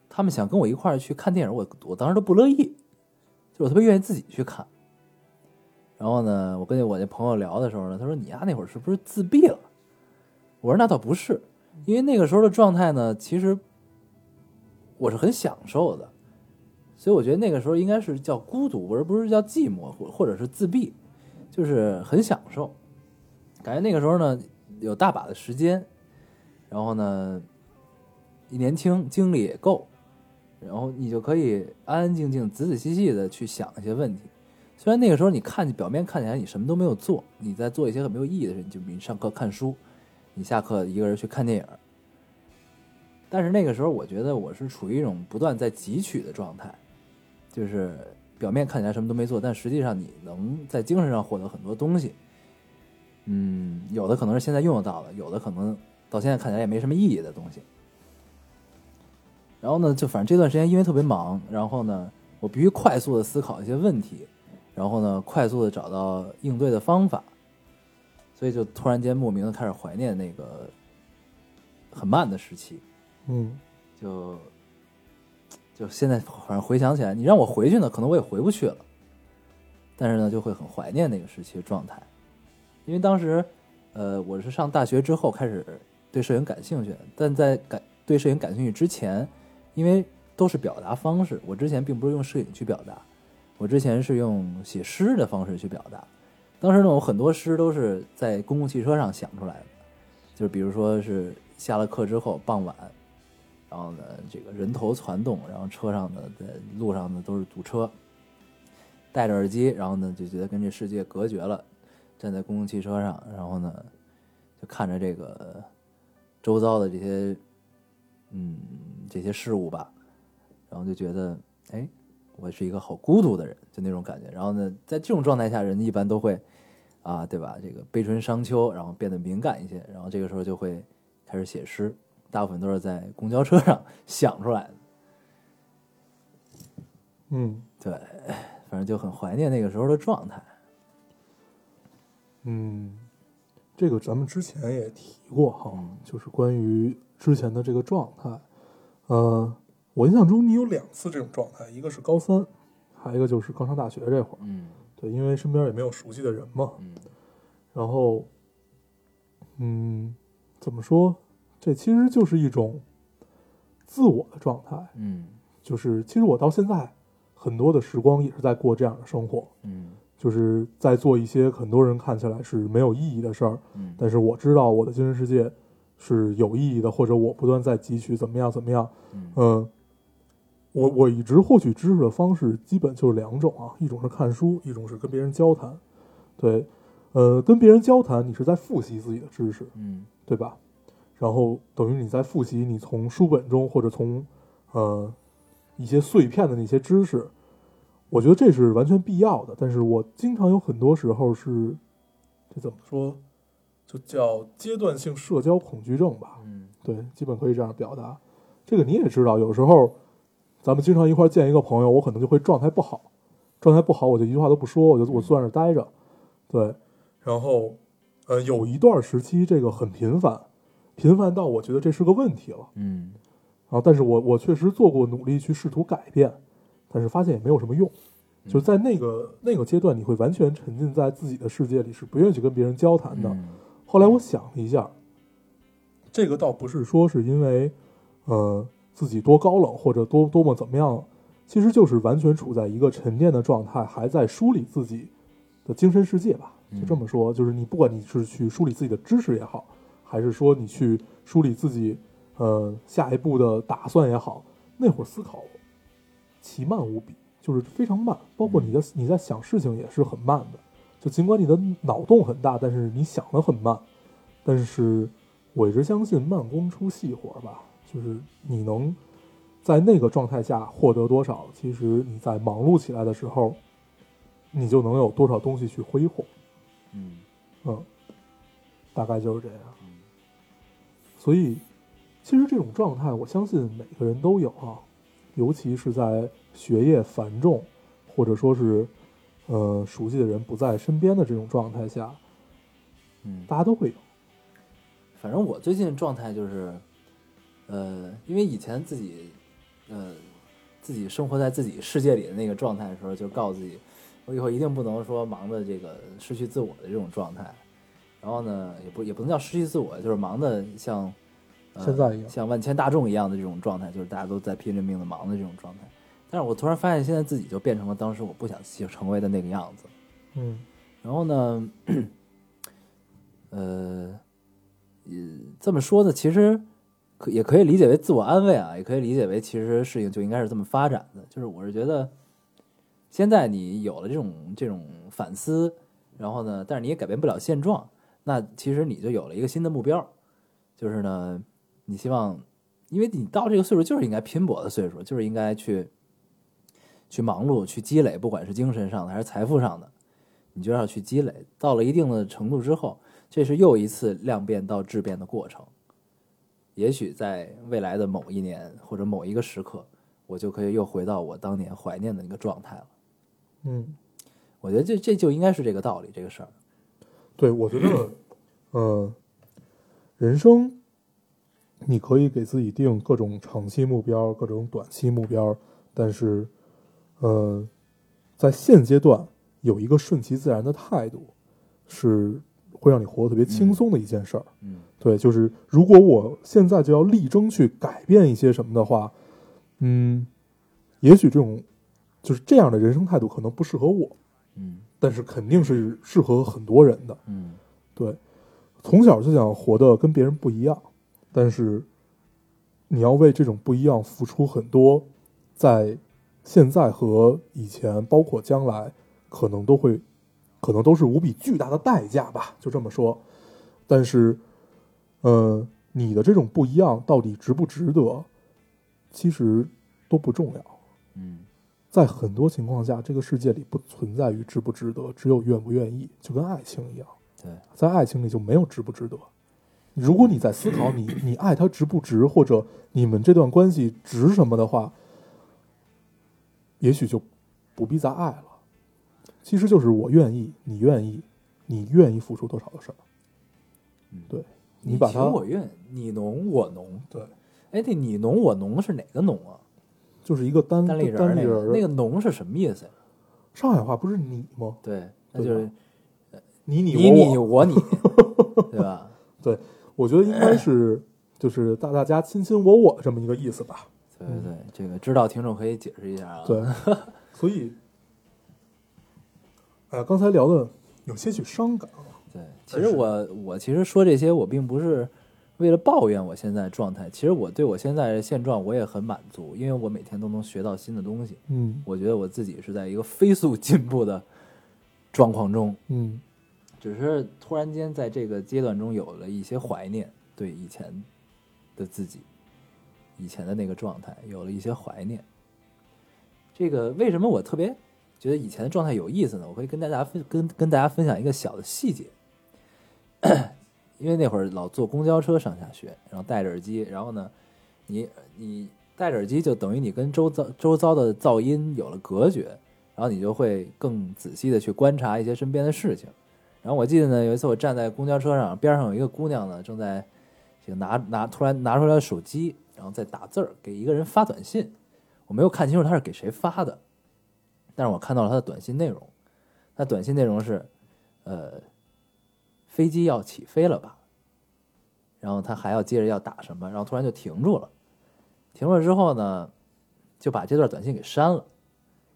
他们想跟我一块儿去看电影，我我当时都不乐意，就我特别愿意自己去看。然后呢，我跟我那朋友聊的时候呢，他说你呀啊那会儿是不是自闭了？我说那倒不是，因为那个时候的状态呢，其实我是很享受的，所以我觉得那个时候应该是叫孤独，而不是叫寂寞，或或者是自闭，就是很享受。感觉那个时候呢，有大把的时间，然后呢，年轻精力也够，然后你就可以安安静静、仔仔细细的去想一些问题。虽然那个时候你看表面看起来你什么都没有做，你在做一些很没有意义的事，你就比如你上课看书，你下课一个人去看电影。但是那个时候，我觉得我是处于一种不断在汲取的状态，就是表面看起来什么都没做，但实际上你能在精神上获得很多东西。嗯，有的可能是现在用得到的，有的可能到现在看起来也没什么意义的东西。然后呢，就反正这段时间因为特别忙，然后呢，我必须快速的思考一些问题，然后呢，快速的找到应对的方法，所以就突然间莫名的开始怀念那个很慢的时期，
嗯
就就现在反正回想起来，你让我回去呢，可能我也回不去了，但是呢，就会很怀念那个时期的状态，因为当时，呃，我是上大学之后开始对摄影感兴趣的，但在感对摄影感兴趣之前，因为都是表达方式，我之前并不是用摄影去表达，我之前是用写诗的方式去表达，当时呢，我很多诗都是在公共汽车上想出来的，就是比如说是下了课之后傍晚，然后呢这个人头攒动，然后车上呢在路上呢都是堵车，戴着耳机，然后呢就觉得跟这世界隔绝了，站在公共汽车上，然后呢就看着这个周遭的这些嗯这些事物吧，然后就觉得哎，我是一个好孤独的人，就那种感觉。然后呢，在这种状态下，人一般都会啊，对吧？这个悲唇伤秋，然后变得敏感一些，然后这个时候就会开始写诗，大部分都是在公交车上 想出来的。
嗯
对，反正就很怀念那个时候的状态。
嗯，这个咱们之前也提过哈，就是关于之前的这个状态。呃，我印象中你有两次这种状态，一个是高三，还有一个就是刚上大学这会儿。
嗯
对，因为身边也没有熟悉的人嘛。
嗯
然后，嗯，怎么说？这其实就是一种自我的状态。
嗯
就是其实我到现在很多的时光也是在过这样的生活，
嗯
就是在做一些很多人看起来是没有意义的事儿，
嗯
但是我知道我的精神世界是有意义的，或者我不断在汲取怎么样怎么样，
嗯
嗯，我我一直获取知识的方式基本就是两种啊，一种是看书，一种是跟别人交谈，对，呃，跟别人交谈你是在复习自己的知识，
嗯
对吧？然后等于你在复习你从书本中或者从呃一些碎片的那些知识，我觉得这是完全必要的。但是我经常有很多时候是，这怎么说，就叫阶段性社交恐惧症吧？
嗯
对，基本可以这样表达。这个你也知道，有时候咱们经常一块儿见一个朋友，我可能就会状态不好，状态不好我就一句话都不说，我就我坐在那儿待着。对，嗯然后呃，有一段时期这个很频繁，频繁到我觉得这是个问题了。
嗯
然后，但是我我确实做过努力去试图改变，但是发现也没有什么用。就是在那个那个阶段，你会完全沉浸在自己的世界里，是不愿意去跟别人交谈的。
嗯
后来我想了一下，这个倒不是说是因为，呃，自己多高冷或者多多么怎么样，其实就是完全处在一个沉淀的状态，还在梳理自己的精神世界吧。就这么说，就是你不管你是去梳理自己的知识也好，还是说你去梳理自己，呃，下一步的打算也好，那会儿思考奇慢无比，就是非常慢，包括你的你在想事情也是很慢的。就尽管你的脑洞很大，但是你想的很慢。但是我一直相信慢工出细活吧，就是你能在那个状态下获得多少，其实你在忙碌起来的时候，你就能有多少东西去挥霍。
嗯
嗯，大概就是这样。所以，其实这种状态，我相信每个人都有啊，尤其是在学业繁重，或者说是，呃，熟悉的人不在身边的这种状态下，
嗯。
大家都会有。
反正我最近状态就是，呃，因为以前自己，呃，自己生活在自己世界里的那个状态的时候，就告诉自己，我以后一定不能说忙的这个失去自我的这种状态。然后呢，也不也不能叫失去自我，就是忙的像、呃、
现在一样
像万千大众一样的这种状态，就是大家都在拼着命的忙的这种状态。但是我突然发现，现在自己就变成了当时我不想成为的那个样子。
嗯
然后呢， 呃，也这么说呢，其实可也可以理解为自我安慰啊，也可以理解为其实事情就应该是这么发展的。就是我是觉得，现在你有了这种这种反思，然后呢，但是你也改变不了现状，那其实你就有了一个新的目标，就是呢，你希望，因为你到这个岁数就是应该拼搏的岁数，就是应该去去忙碌、去积累，不管是精神上的还是财富上的。你就要去积累。到了一定的程度之后，这是又一次量变到质变的过程。也许在未来的某一年或者某一个时刻，我就可以又回到我当年怀念的那个状态了。
嗯，
我觉得这这就应该是这个道理，这个事儿。
对，我觉得，呃，人生你可以给自己定各种长期目标、各种短期目标，但是，呃，在现阶段有一个顺其自然的态度，是会让你活得特别轻松的一件事儿。
嗯
对，就是如果我现在就要力争去改变一些什么的话，嗯，也许这种就是这样的人生态度可能不适合我。
嗯
但是肯定是适合很多人的。
嗯
对，从小就想活得跟别人不一样，但是你要为这种不一样付出很多，在现在和以前，包括将来，可能都会，可能都是无比巨大的代价吧，就这么说。但是，呃，你的这种不一样到底值不值得，其实都不重要。
嗯
在很多情况下，这个世界里不存在于值不值得，只有愿不愿意，就跟爱情一样。
对，
在爱情里就没有值不值得。如果你在思考你你爱他值不值，或者你们这段关系值什么的话，也许就不必再爱了。其实就是我愿意，你愿意，你愿意付出多少的事儿。
嗯
对，
你
把
情
它
我愿，你侬我侬。
对，
哎，这你侬我侬是哪个侬啊？
就是一个单
单立人儿
单
那
立人
个
儿
那个侬是什么意思呀？
上海话不是你吗？
对，那就是
你你
你
我我
你我你，对吧？
对，我觉得应该是就是大大家亲亲我我这么一个意思吧。
对对对，这个知道听众可以解释一下啊。
对， 所以，呃，刚才聊的有些许伤感啊。
对，其实我我其实说这些，我并不是为了抱怨我现在状态，其实我对我现在的现状我也很满足，因为我每天都能学到新的东西。
嗯
我觉得我自己是在一个飞速进步的状况中，
嗯
只是突然间在这个阶段中有了一些怀念，对以前的自己，以前的那个状态有了一些怀念。这个为什么我特别觉得以前的状态有意思呢？我可以跟大家分跟跟大家分享一个小的细节， 因为那会儿老坐公交车上下学，然后戴着耳机，然后呢，你你戴着耳机就等于你跟周遭周遭的噪音有了隔绝，然后你就会更仔细的去观察一些身边的事情。然后我记得呢，有一次我站在公交车上，边上有一个姑娘呢，正在这个拿拿突然拿出来手机，然后在打字儿，给一个人发短信。我没有看清楚她是给谁发的，但是我看到了她的短信内容。她短信内容是，呃，飞机要起飞了吧？然后她还要接着要打什么，然后突然就停住了。停了之后呢，就把这段短信给删了。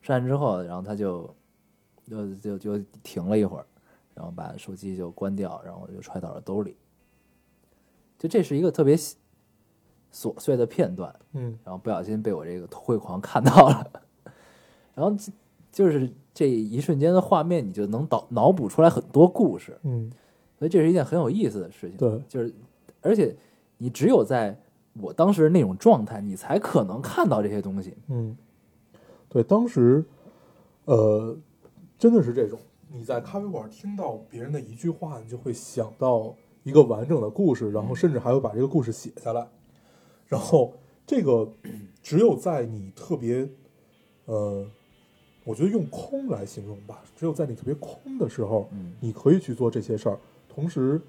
删了之后，然后她就就就就停了一会儿。然后把手机就关掉，然后我就揣到了兜里。就这是一个特别细琐碎的片段，
嗯
然后不小心被我这个会狂看到了，然后就就是这一瞬间的画面，你就能脑脑补出来很多故事，
嗯，
所以这是一件很有意思的事情。
对
就是而且你只有在我当时那种状态，你才可能看到这些东西。
嗯，对，当时，呃，真的是这种，你在咖啡馆听到别人的一句话，你就会想到一个完整的故事，然后甚至还会把这个故事写下来，然后这个只有在你特别，呃，我觉得用空来形容吧，只有在你特别空的时候，
嗯
你可以去做这些事儿，同时，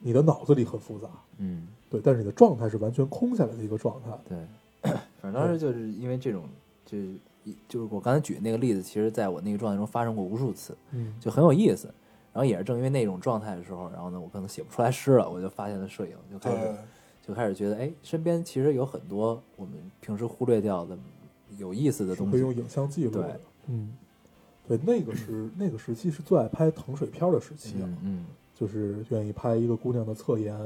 你的脑子里很复杂，
嗯，
对，但是你的状态是完全空下来的一个状态，
对，反正当时就是因为这种，就是一就是我刚才举的那个例子，其实在我那个状态中发生过无数次，
嗯
就很有意思。然后也是正因为那种状态的时候，然后呢，我可能写不出来诗了，我就发现了摄影，就开始就开始觉得，哎，身边其实有很多我们平时忽略掉的有意思的
是
东
会
西
用。影像记录的
对。
嗯，对，那个时那个时期是最爱拍糖水片儿的时期啊，
嗯嗯，
就是愿意拍一个姑娘的侧颜，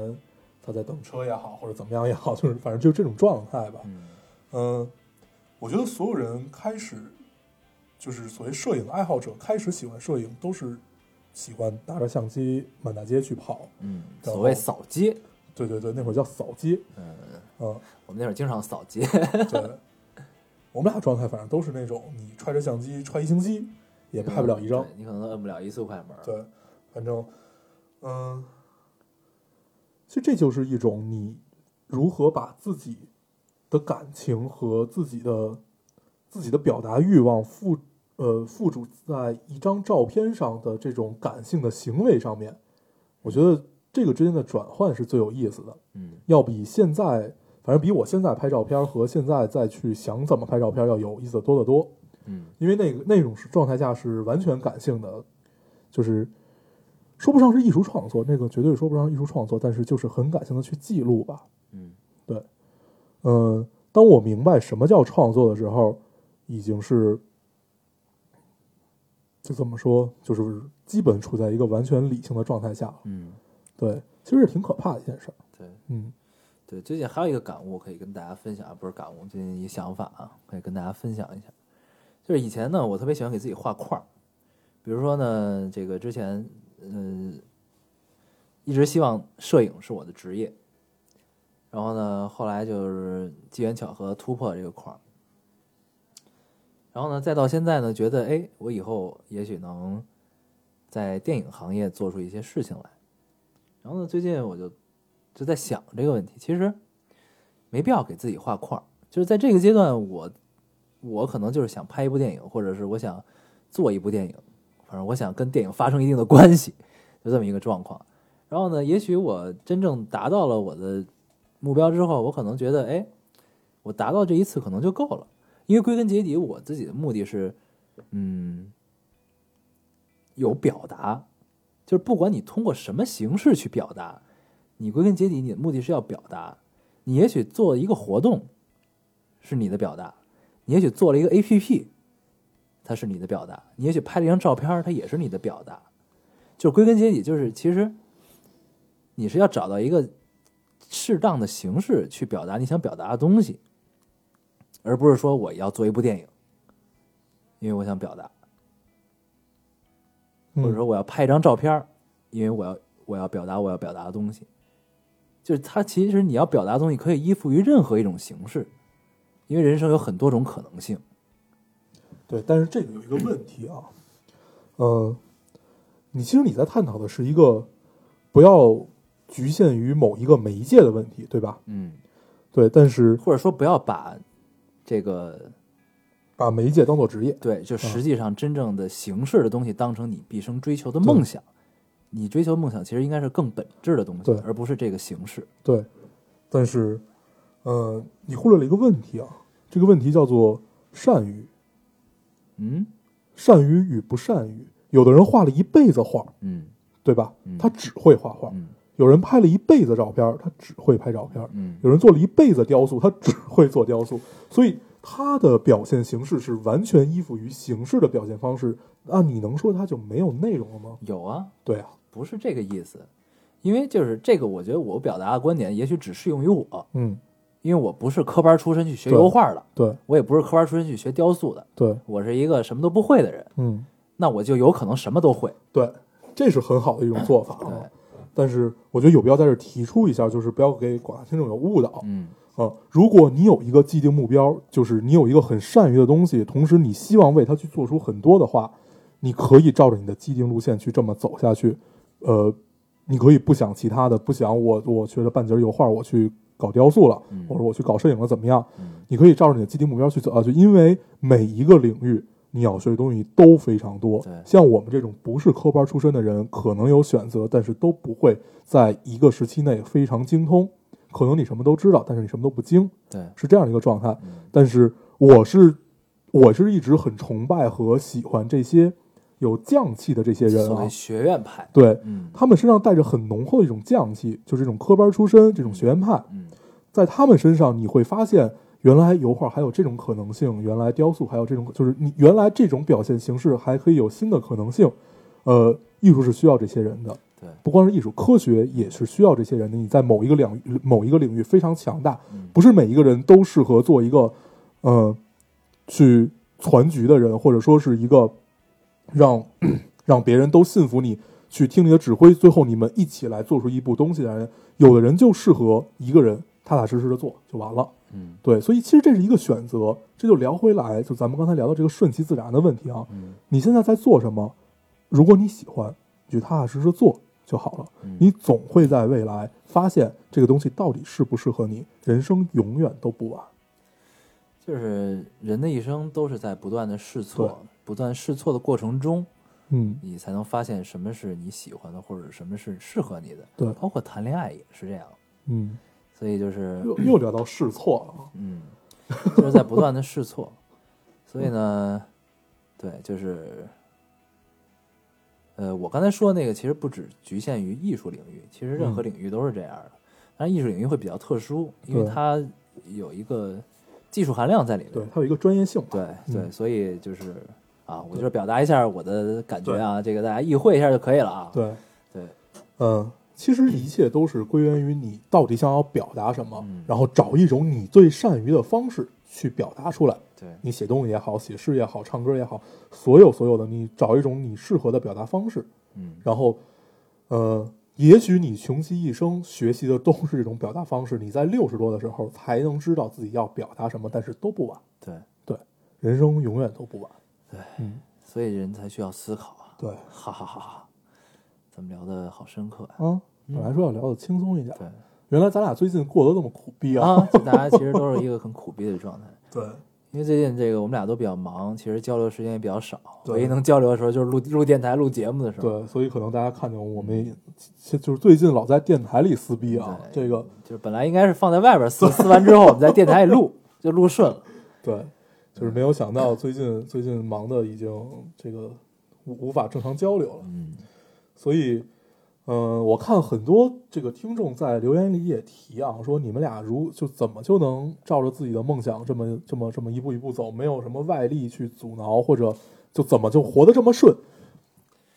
她在等车也好，或者怎么样也好， 就是反正就是这种状态吧。
嗯
嗯，我觉得所有人开始就是所谓摄影爱好者开始喜欢摄影，都是喜欢拿着相机满大街去跑。
嗯，
然后
所谓扫街，
对对对，那会儿叫扫街。
嗯，
嗯，
我们那会儿经常扫街，
对， 我们俩状态反正都是那种你揣着相机揣一星期也拍不了一张
嗯对。你可能摁不了一速快门。
对，反正，嗯，其实这就是一种你如何把自己的感情和自己的自己的表达欲望附呃附着在一张照片上的这种感性的行为上面，我觉得这个之间的转换是最有意思的。
嗯
要比现在，反正比我现在拍照片和现在再去想怎么拍照片要有意思的多得多。
嗯
因为那个那种是状态下是完全感性的，就是说不上是艺术创作，那个绝对说不上是艺术创作，但是就是很感性的去记录吧。
嗯
嗯，当我明白什么叫创作的时候，已经是就怎么说，就是基本处在一个完全理性的状态下了。
嗯，
对，其实是挺可怕的一件事儿。
对
嗯，
对，最近还有一个感悟可以跟大家分享，啊不是感悟，最近一想法啊，可以跟大家分享一下。就是以前呢，我特别喜欢给自己画框儿，比如说呢，这个之前，呃，一直希望摄影是我的职业，然后呢，后来就是机缘巧合突破这个框儿，然后呢，再到现在呢，觉得哎，我以后也许能在电影行业做出一些事情来，然后呢，最近我就就在想这个问题，其实没必要给自己画框儿，就是在这个阶段我，我可能就是想拍一部电影，或者是我想做一部电影，反正我想跟电影发生一定的关系，就这么一个状况。然后呢，也许我真正达到了我的目标之后，我可能觉得，哎，我达到这一次可能就够了，因为归根结底，我自己的目的是，嗯，有表达，就是不管你通过什么形式去表达，你归根结底，你的目的是要表达。你也许做一个活动，是你的表达；你也许做了一个 APP，它是你的表达；你也许拍了一张照片儿，它也是你的表达。就归根结底，就是其实你是要找到一个适当的形式去表达你想表达的东西，而不是说我要做一部电影，因为我想表达，
嗯
或者说我要拍一张照片儿，因为我要我要表达我要表达的东西。就是它其实你要表达的东西可以依附于任何一种形式，因为人生有很多种可能性。
对，但是这个有一个问题啊，呃，你其实你在探讨的是一个不要局限于某一个媒介的问题，对吧？
嗯，
对，但是
或者说不要把这个
把媒介当做职业，
对，就实际上真正的形式的东西当成你毕生追求的梦想。你追求梦想其实应该是更本质的东西
对，
而不是这个形式。
对，但是，呃，你忽略了一个问题啊，这个问题叫做善于
嗯
善于与不善于。有的人画了一辈子画，
嗯
对吧
嗯？
他只会画画。
嗯
有人拍了一辈子照片，他只会拍照片。
嗯
有人做了一辈子雕塑，他只会做雕塑，所以他的表现形式是完全依附于形式的表现方式。那、你能说他就没有内容了吗？
有啊，
对啊，
不是这个意思，因为就是这个，我觉得我表达的观点也许只适用于我，
嗯，
因为我不是科班出身去学
对
油画的，
对
我也不是科班出身去学雕塑的，
对，
我是一个什么都不会的人，
嗯，
那我就有可能什么都会。
对，这是很好的一种做法
对，
啊。但是我觉得有必要在这儿提出一下，就是不要给广大听众有误导
嗯
啊。如果你有一个既定目标，就是你有一个很善于的东西，同时你希望为它去做出很多的话，你可以照着你的既定路线去这么走下去。呃，你可以不想其他的，不想我我学了半截油画，我去搞雕塑了，
嗯
或者我去搞摄影了，怎么样？
嗯
你可以照着你的既定目标去走下去，因为每一个领域你要学的东西都非常多
对。
像我们这种不是科班出身的人，可能有选择，但是都不会在一个时期内非常精通。可能你什么都知道，但是你什么都不精，
对，
是这样的一个状态。
嗯
但是我是我是一直很崇拜和喜欢这些有匠气的这些人
所
啊
谓，学院派，
对
嗯
他们身上带着很浓厚的一种匠气，就是这种科班出身、这种学院派。
嗯
在他们身上，你会发现，原来油画还有这种可能性，原来雕塑还有这种，就是你原来这种表现形式还可以有新的可能性。呃，艺术是需要这些人的，
对，
不光是艺术，科学也是需要这些人的。你在某一个领域某一个领域非常强大，
嗯
不是每一个人都适合做一个，呃，去攒局的人，或者说是一个让 让别人都信服你，去听你的指挥，最后你们一起来做出一部东西来的人。有的人就适合一个人踏踏实实的做就完了。
嗯
对，所以其实这是一个选择。这就聊回来，就咱们刚才聊到这个顺其自然的问题啊。
嗯
你现在在做什么？如果你喜欢，你就踏踏实实做就好了。
嗯
你总会在未来发现这个东西到底适不适合你。人生永远都不晚。
就是人的一生都是在不断的试错
对，
不断试错的过程中，
嗯，
你才能发现什么是你喜欢的，或者什么是适合你的。
对
包括谈恋爱也是这样，
嗯，
所以就是
又又聊到试错了啊。
嗯，就是在不断的试错，所以呢，对，就是，呃，我刚才说那个其实不只局限于艺术领域，其实任何
嗯
领域都是这样的，但是艺术领域会比较特殊，因为
对
它有一个技术含量在里面
对，。它有一个专业性嘛。
对对，
嗯
所以就是啊，我就是表达一下我的感觉啊，这个大家意会一下就可以了啊。
对，
对，
嗯，其实一切都是归源于你到底想要表达什么，
嗯
然后找一种你最善于的方式去表达出来。
对，
你写东西也好，写诗也好，唱歌也好，所有所有的，你找一种你适合的表达方式，
嗯，
然后，呃，也许你穷其一生学习的都是这种表达方式，你在六十多的时候才能知道自己要表达什么，但是都不晚。
对，
对，人生永远都不晚。
对，
嗯，
所以人才需要思考啊。
对，
哈哈哈哈，咱们聊的好深刻啊。
啊，本来说要聊的轻松一点，
对
原来咱俩最近过得这么苦逼啊。
啊，就大家其实都是一个很苦逼的状态。
对，
因为最近这个我们俩都比较忙，其实交流时间也比较少，
对
唯一能交流的时候就是录录电台、录节目的时候。
对，所以可能大家看见我们也，就就是最近老在电台里撕逼啊，
对
这个
就是本来应该是放在外边撕，撕完之后我们在电台里录，就录顺了。
对，就是没有想到最近最近忙的已经这个无无法正常交流了，
嗯，
所以，嗯、我看很多这个听众在留言里也提啊，说你们俩如就怎么就能照着自己的梦想这么这么这么一步一步走，没有什么外力去阻挠，或者就怎么就活得这么顺？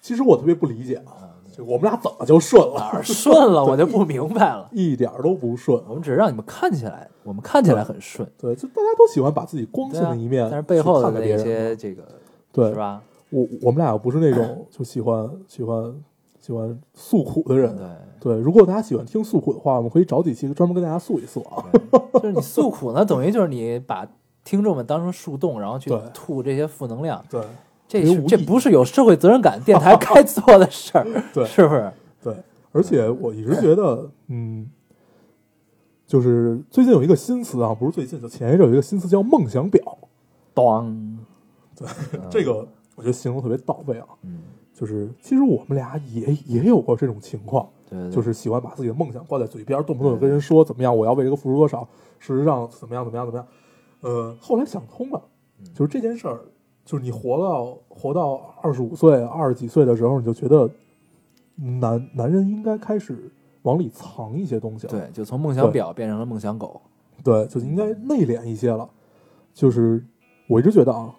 其实我特别不理解啊，就我们俩怎么就顺
哪
了？
儿顺了我就不明白了。
一点儿都不顺。 啊
我们只是让你们看起来，我们看起来很顺，
对，就大家都喜欢把自己光
对
鲜
啊
的一面、
但是背后的
看给别
那
人，
些这个
对
是吧？
我我们俩不是那种就喜欢喜欢喜欢诉苦的人。
对，
对如果大家喜欢听诉苦的话，我们可以找几期专门跟大家诉一诉啊。
对就是你诉苦呢，等于就是你把听众们当成树洞，然后去
对
吐这些负能量，
对
这
没有
是
无
这
意义
不是有社会责任感电台 该做的事儿，
对
是不是？
对，而且我一直觉得，嗯，就是最近有一个新词啊，不是最近，就前一阵有一个新词叫“梦想表
当，”，
这个我觉得形容特别到位啊。
嗯，
就是其实我们俩也也有过这种情况，
对对，
就是喜欢把自己的梦想挂在嘴边儿，动不动就跟人说怎么样，我要为这个付出多少，事实上怎么样怎么样怎么样。呃，后来想通了，就是这件事儿，就是你活到活到二十五岁、二十几岁的时候，你就觉得嗯男男人应该开始往里藏一些东西了，
对，就从梦想表变成了梦想狗。
对，就应该内敛一些了。就是我一直觉得啊，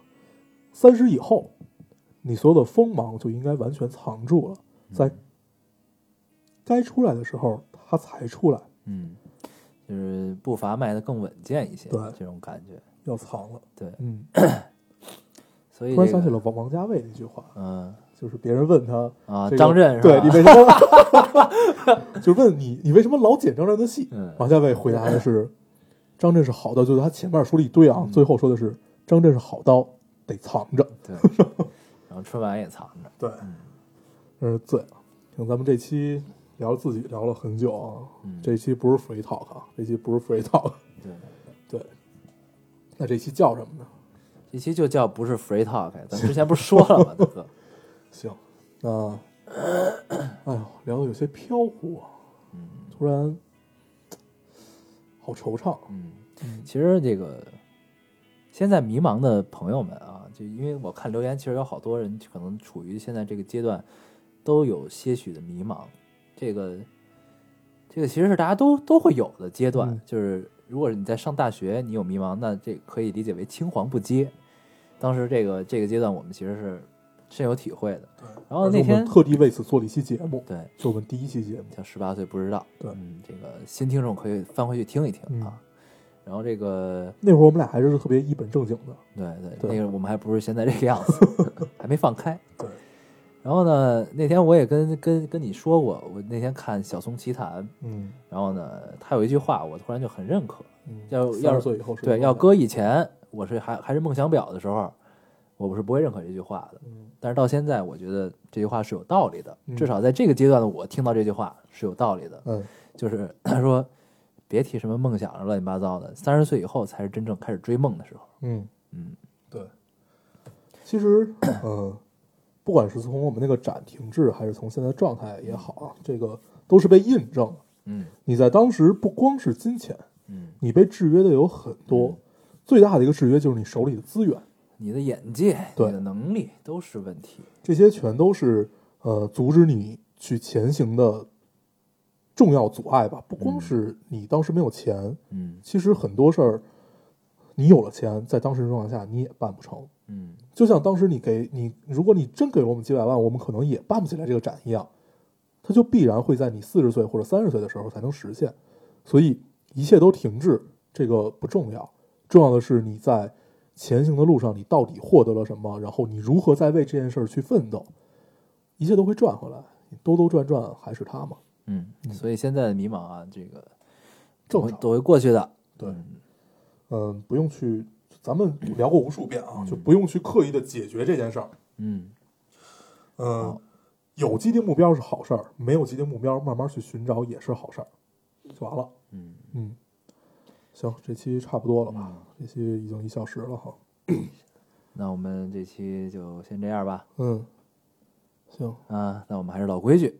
三十以后，你所有的锋芒就应该完全藏住了，在该出来的时候它才出来，
嗯，就是步伐迈得更稳健一些，
对
这种感觉。
要藏了。
对，
嗯，
所以
突然想起
这
了
个，
王王家卫那句话，
嗯
就是别人问他
啊，
这个
张震是
对
吧？
你为什么， 就是问你你为什么老剪张震的戏？
嗯
王家卫回答的是，张震是好刀，就是他前面说了一堆
嗯
啊，最后说的是张震是好刀，得藏着。
对，然后春晚也藏着。
对，这是醉了。像呃咱们这期聊自己聊了很久啊，
嗯
这期不是 free talk 啊，这期不是 free talk。
对，
对，那这期叫什么呢？
这期就叫不是 free talk，咱之前不是说了 吗，大哥？
行，那哎呦，聊的有些飘忽啊，
嗯
突然好惆怅。
嗯，其实这个现在迷茫的朋友们啊，就因为我看留言，其实有好多人可能处于现在这个阶段，都有些许的迷茫。这个这个其实是大家都都会有的阶段，
嗯
就是如果你在上大学，你有迷茫，那这可以理解为青黄不接。当时这个这个阶段，我们其实是深有体会的。然后
而且
那
我们
天
特地为此做了一期节目，
对，
是我们第一期节目。
叫十八岁不知道，
对
嗯，这个新听众可以翻回去听一听
嗯
啊。然后这个
那会儿我们俩还是特别一本正经的，
对对，
对
那个我们还不是现在这个样子，还没放开。
对，
然后呢，那天我也跟跟跟你说过，我那天看《小松奇谈》，
嗯
然后呢，他有一句话，我突然就很认可。
嗯，
要
三
要
十
是
岁以后是
对，
吧
要搁以前，我是还还是梦想表的时候，我是不会认可这句话的。
嗯
但是到现在，我觉得这句话是有道理的，
嗯
至少在这个阶段的我听到这句话是有道理的。
嗯
就是 他说，别提什么梦想了，乱七八糟的，三十岁以后才是真正开始追梦的时候。
嗯
嗯，
对。其实，嗯，不管是从我们那个展停滞，还是从现在状态也好啊，这个都是被印证的。
嗯
你在当时不光是金钱，
嗯，
你被制约的有很多，最大的一个制约就是你手里的资源，
你的眼界、
对
你的能力都是问题。
这些全都是呃阻止你去前行的重要阻碍吧。不光是你当时没有钱，
嗯
其实很多事儿你有了钱，在当时的状况下你也办不成。
嗯
就像当时你给你，如果你真给了我们几百万，我们可能也办不起来这个展一样，它就必然会在你四十岁或者三十岁的时候才能实现。所以一切都停滞，这个不重要，重要的是你在前行的路上你到底获得了什么，然后你如何在为这件事儿去奋斗，一切都会赚回来，兜兜转转还是它嘛，
嗯，所以现在的迷茫啊，这个总
正
会
常。
总会过去的。
对
嗯
嗯，不用去，咱们聊过无数遍啊，就不用去刻意的解决这件事儿。
嗯
嗯
好，
有既定目标是好事儿，没有既定目标，慢慢去寻找也是好事儿，就完了。
嗯
嗯，行，这期差不多了吧？
嗯，
这期已经一小时了哈。
那我们这期就先这样吧。
嗯，行，
啊，那我们还是老规矩，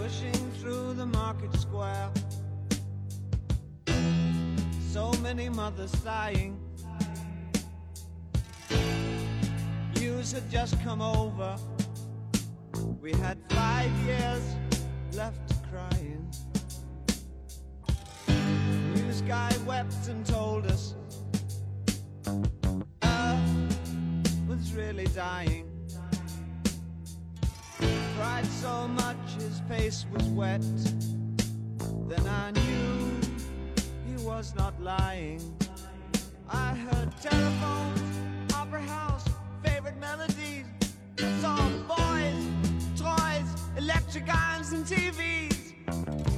pushing through the market square. So many mothers sighing. News had just come over. We had five years left crying. News guy wept and told us Earth was really dying cried so much his face was wet. Then I knew he was not lying. I heard telephones, opera house, favorite melodies. Saw boys, toys, electric irons, and TVs.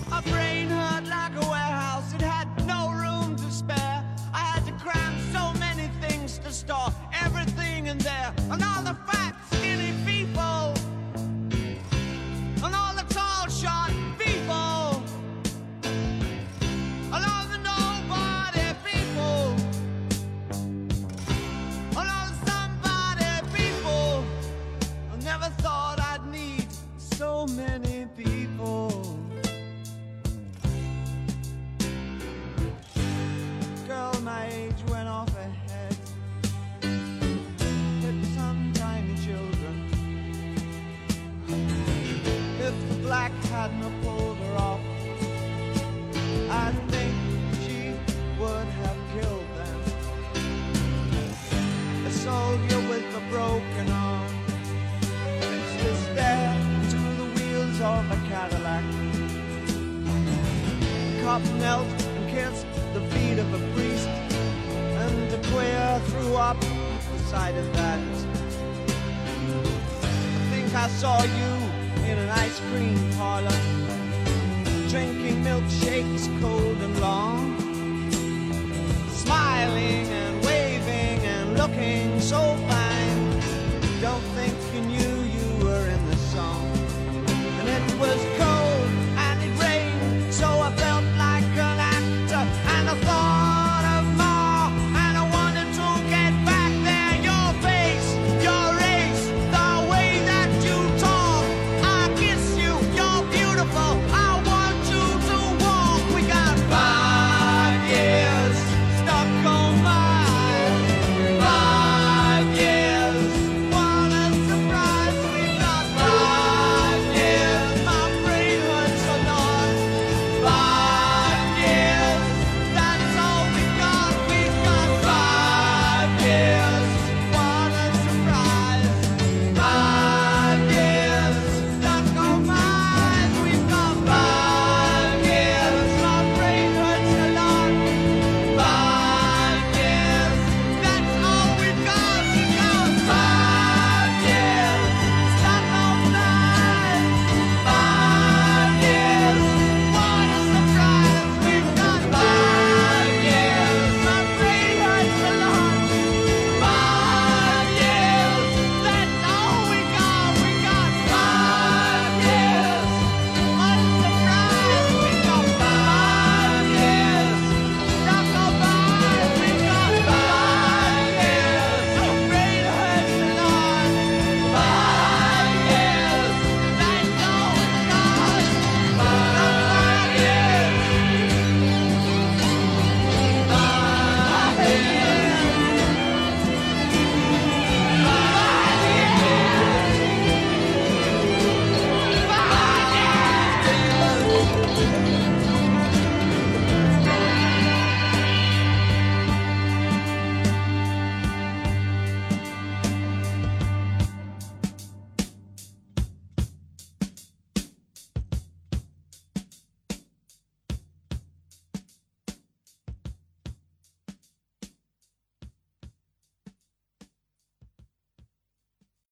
My brain hurt like a warehouse, it had no room to spare. I had to cram so many things to store everything in there. And all the fat, skinny people and all the tall shot people, and all the nobody people, and all the somebody people. I never thought I'd need so many people. Girl, my age went off ahead. Hit some tiny children. If the black hadn't have pulled her off, I think she would have killed them. A soldier with a broken arm fixed his stare to the wheels of a Cadillac. A cop knelt and kissed the feet of a priest, and the queer threw up the sight of that think I saw you in an ice cream parlor, drinking milkshakes cold and long, smiling and waving and looking so fine. Don't think you knew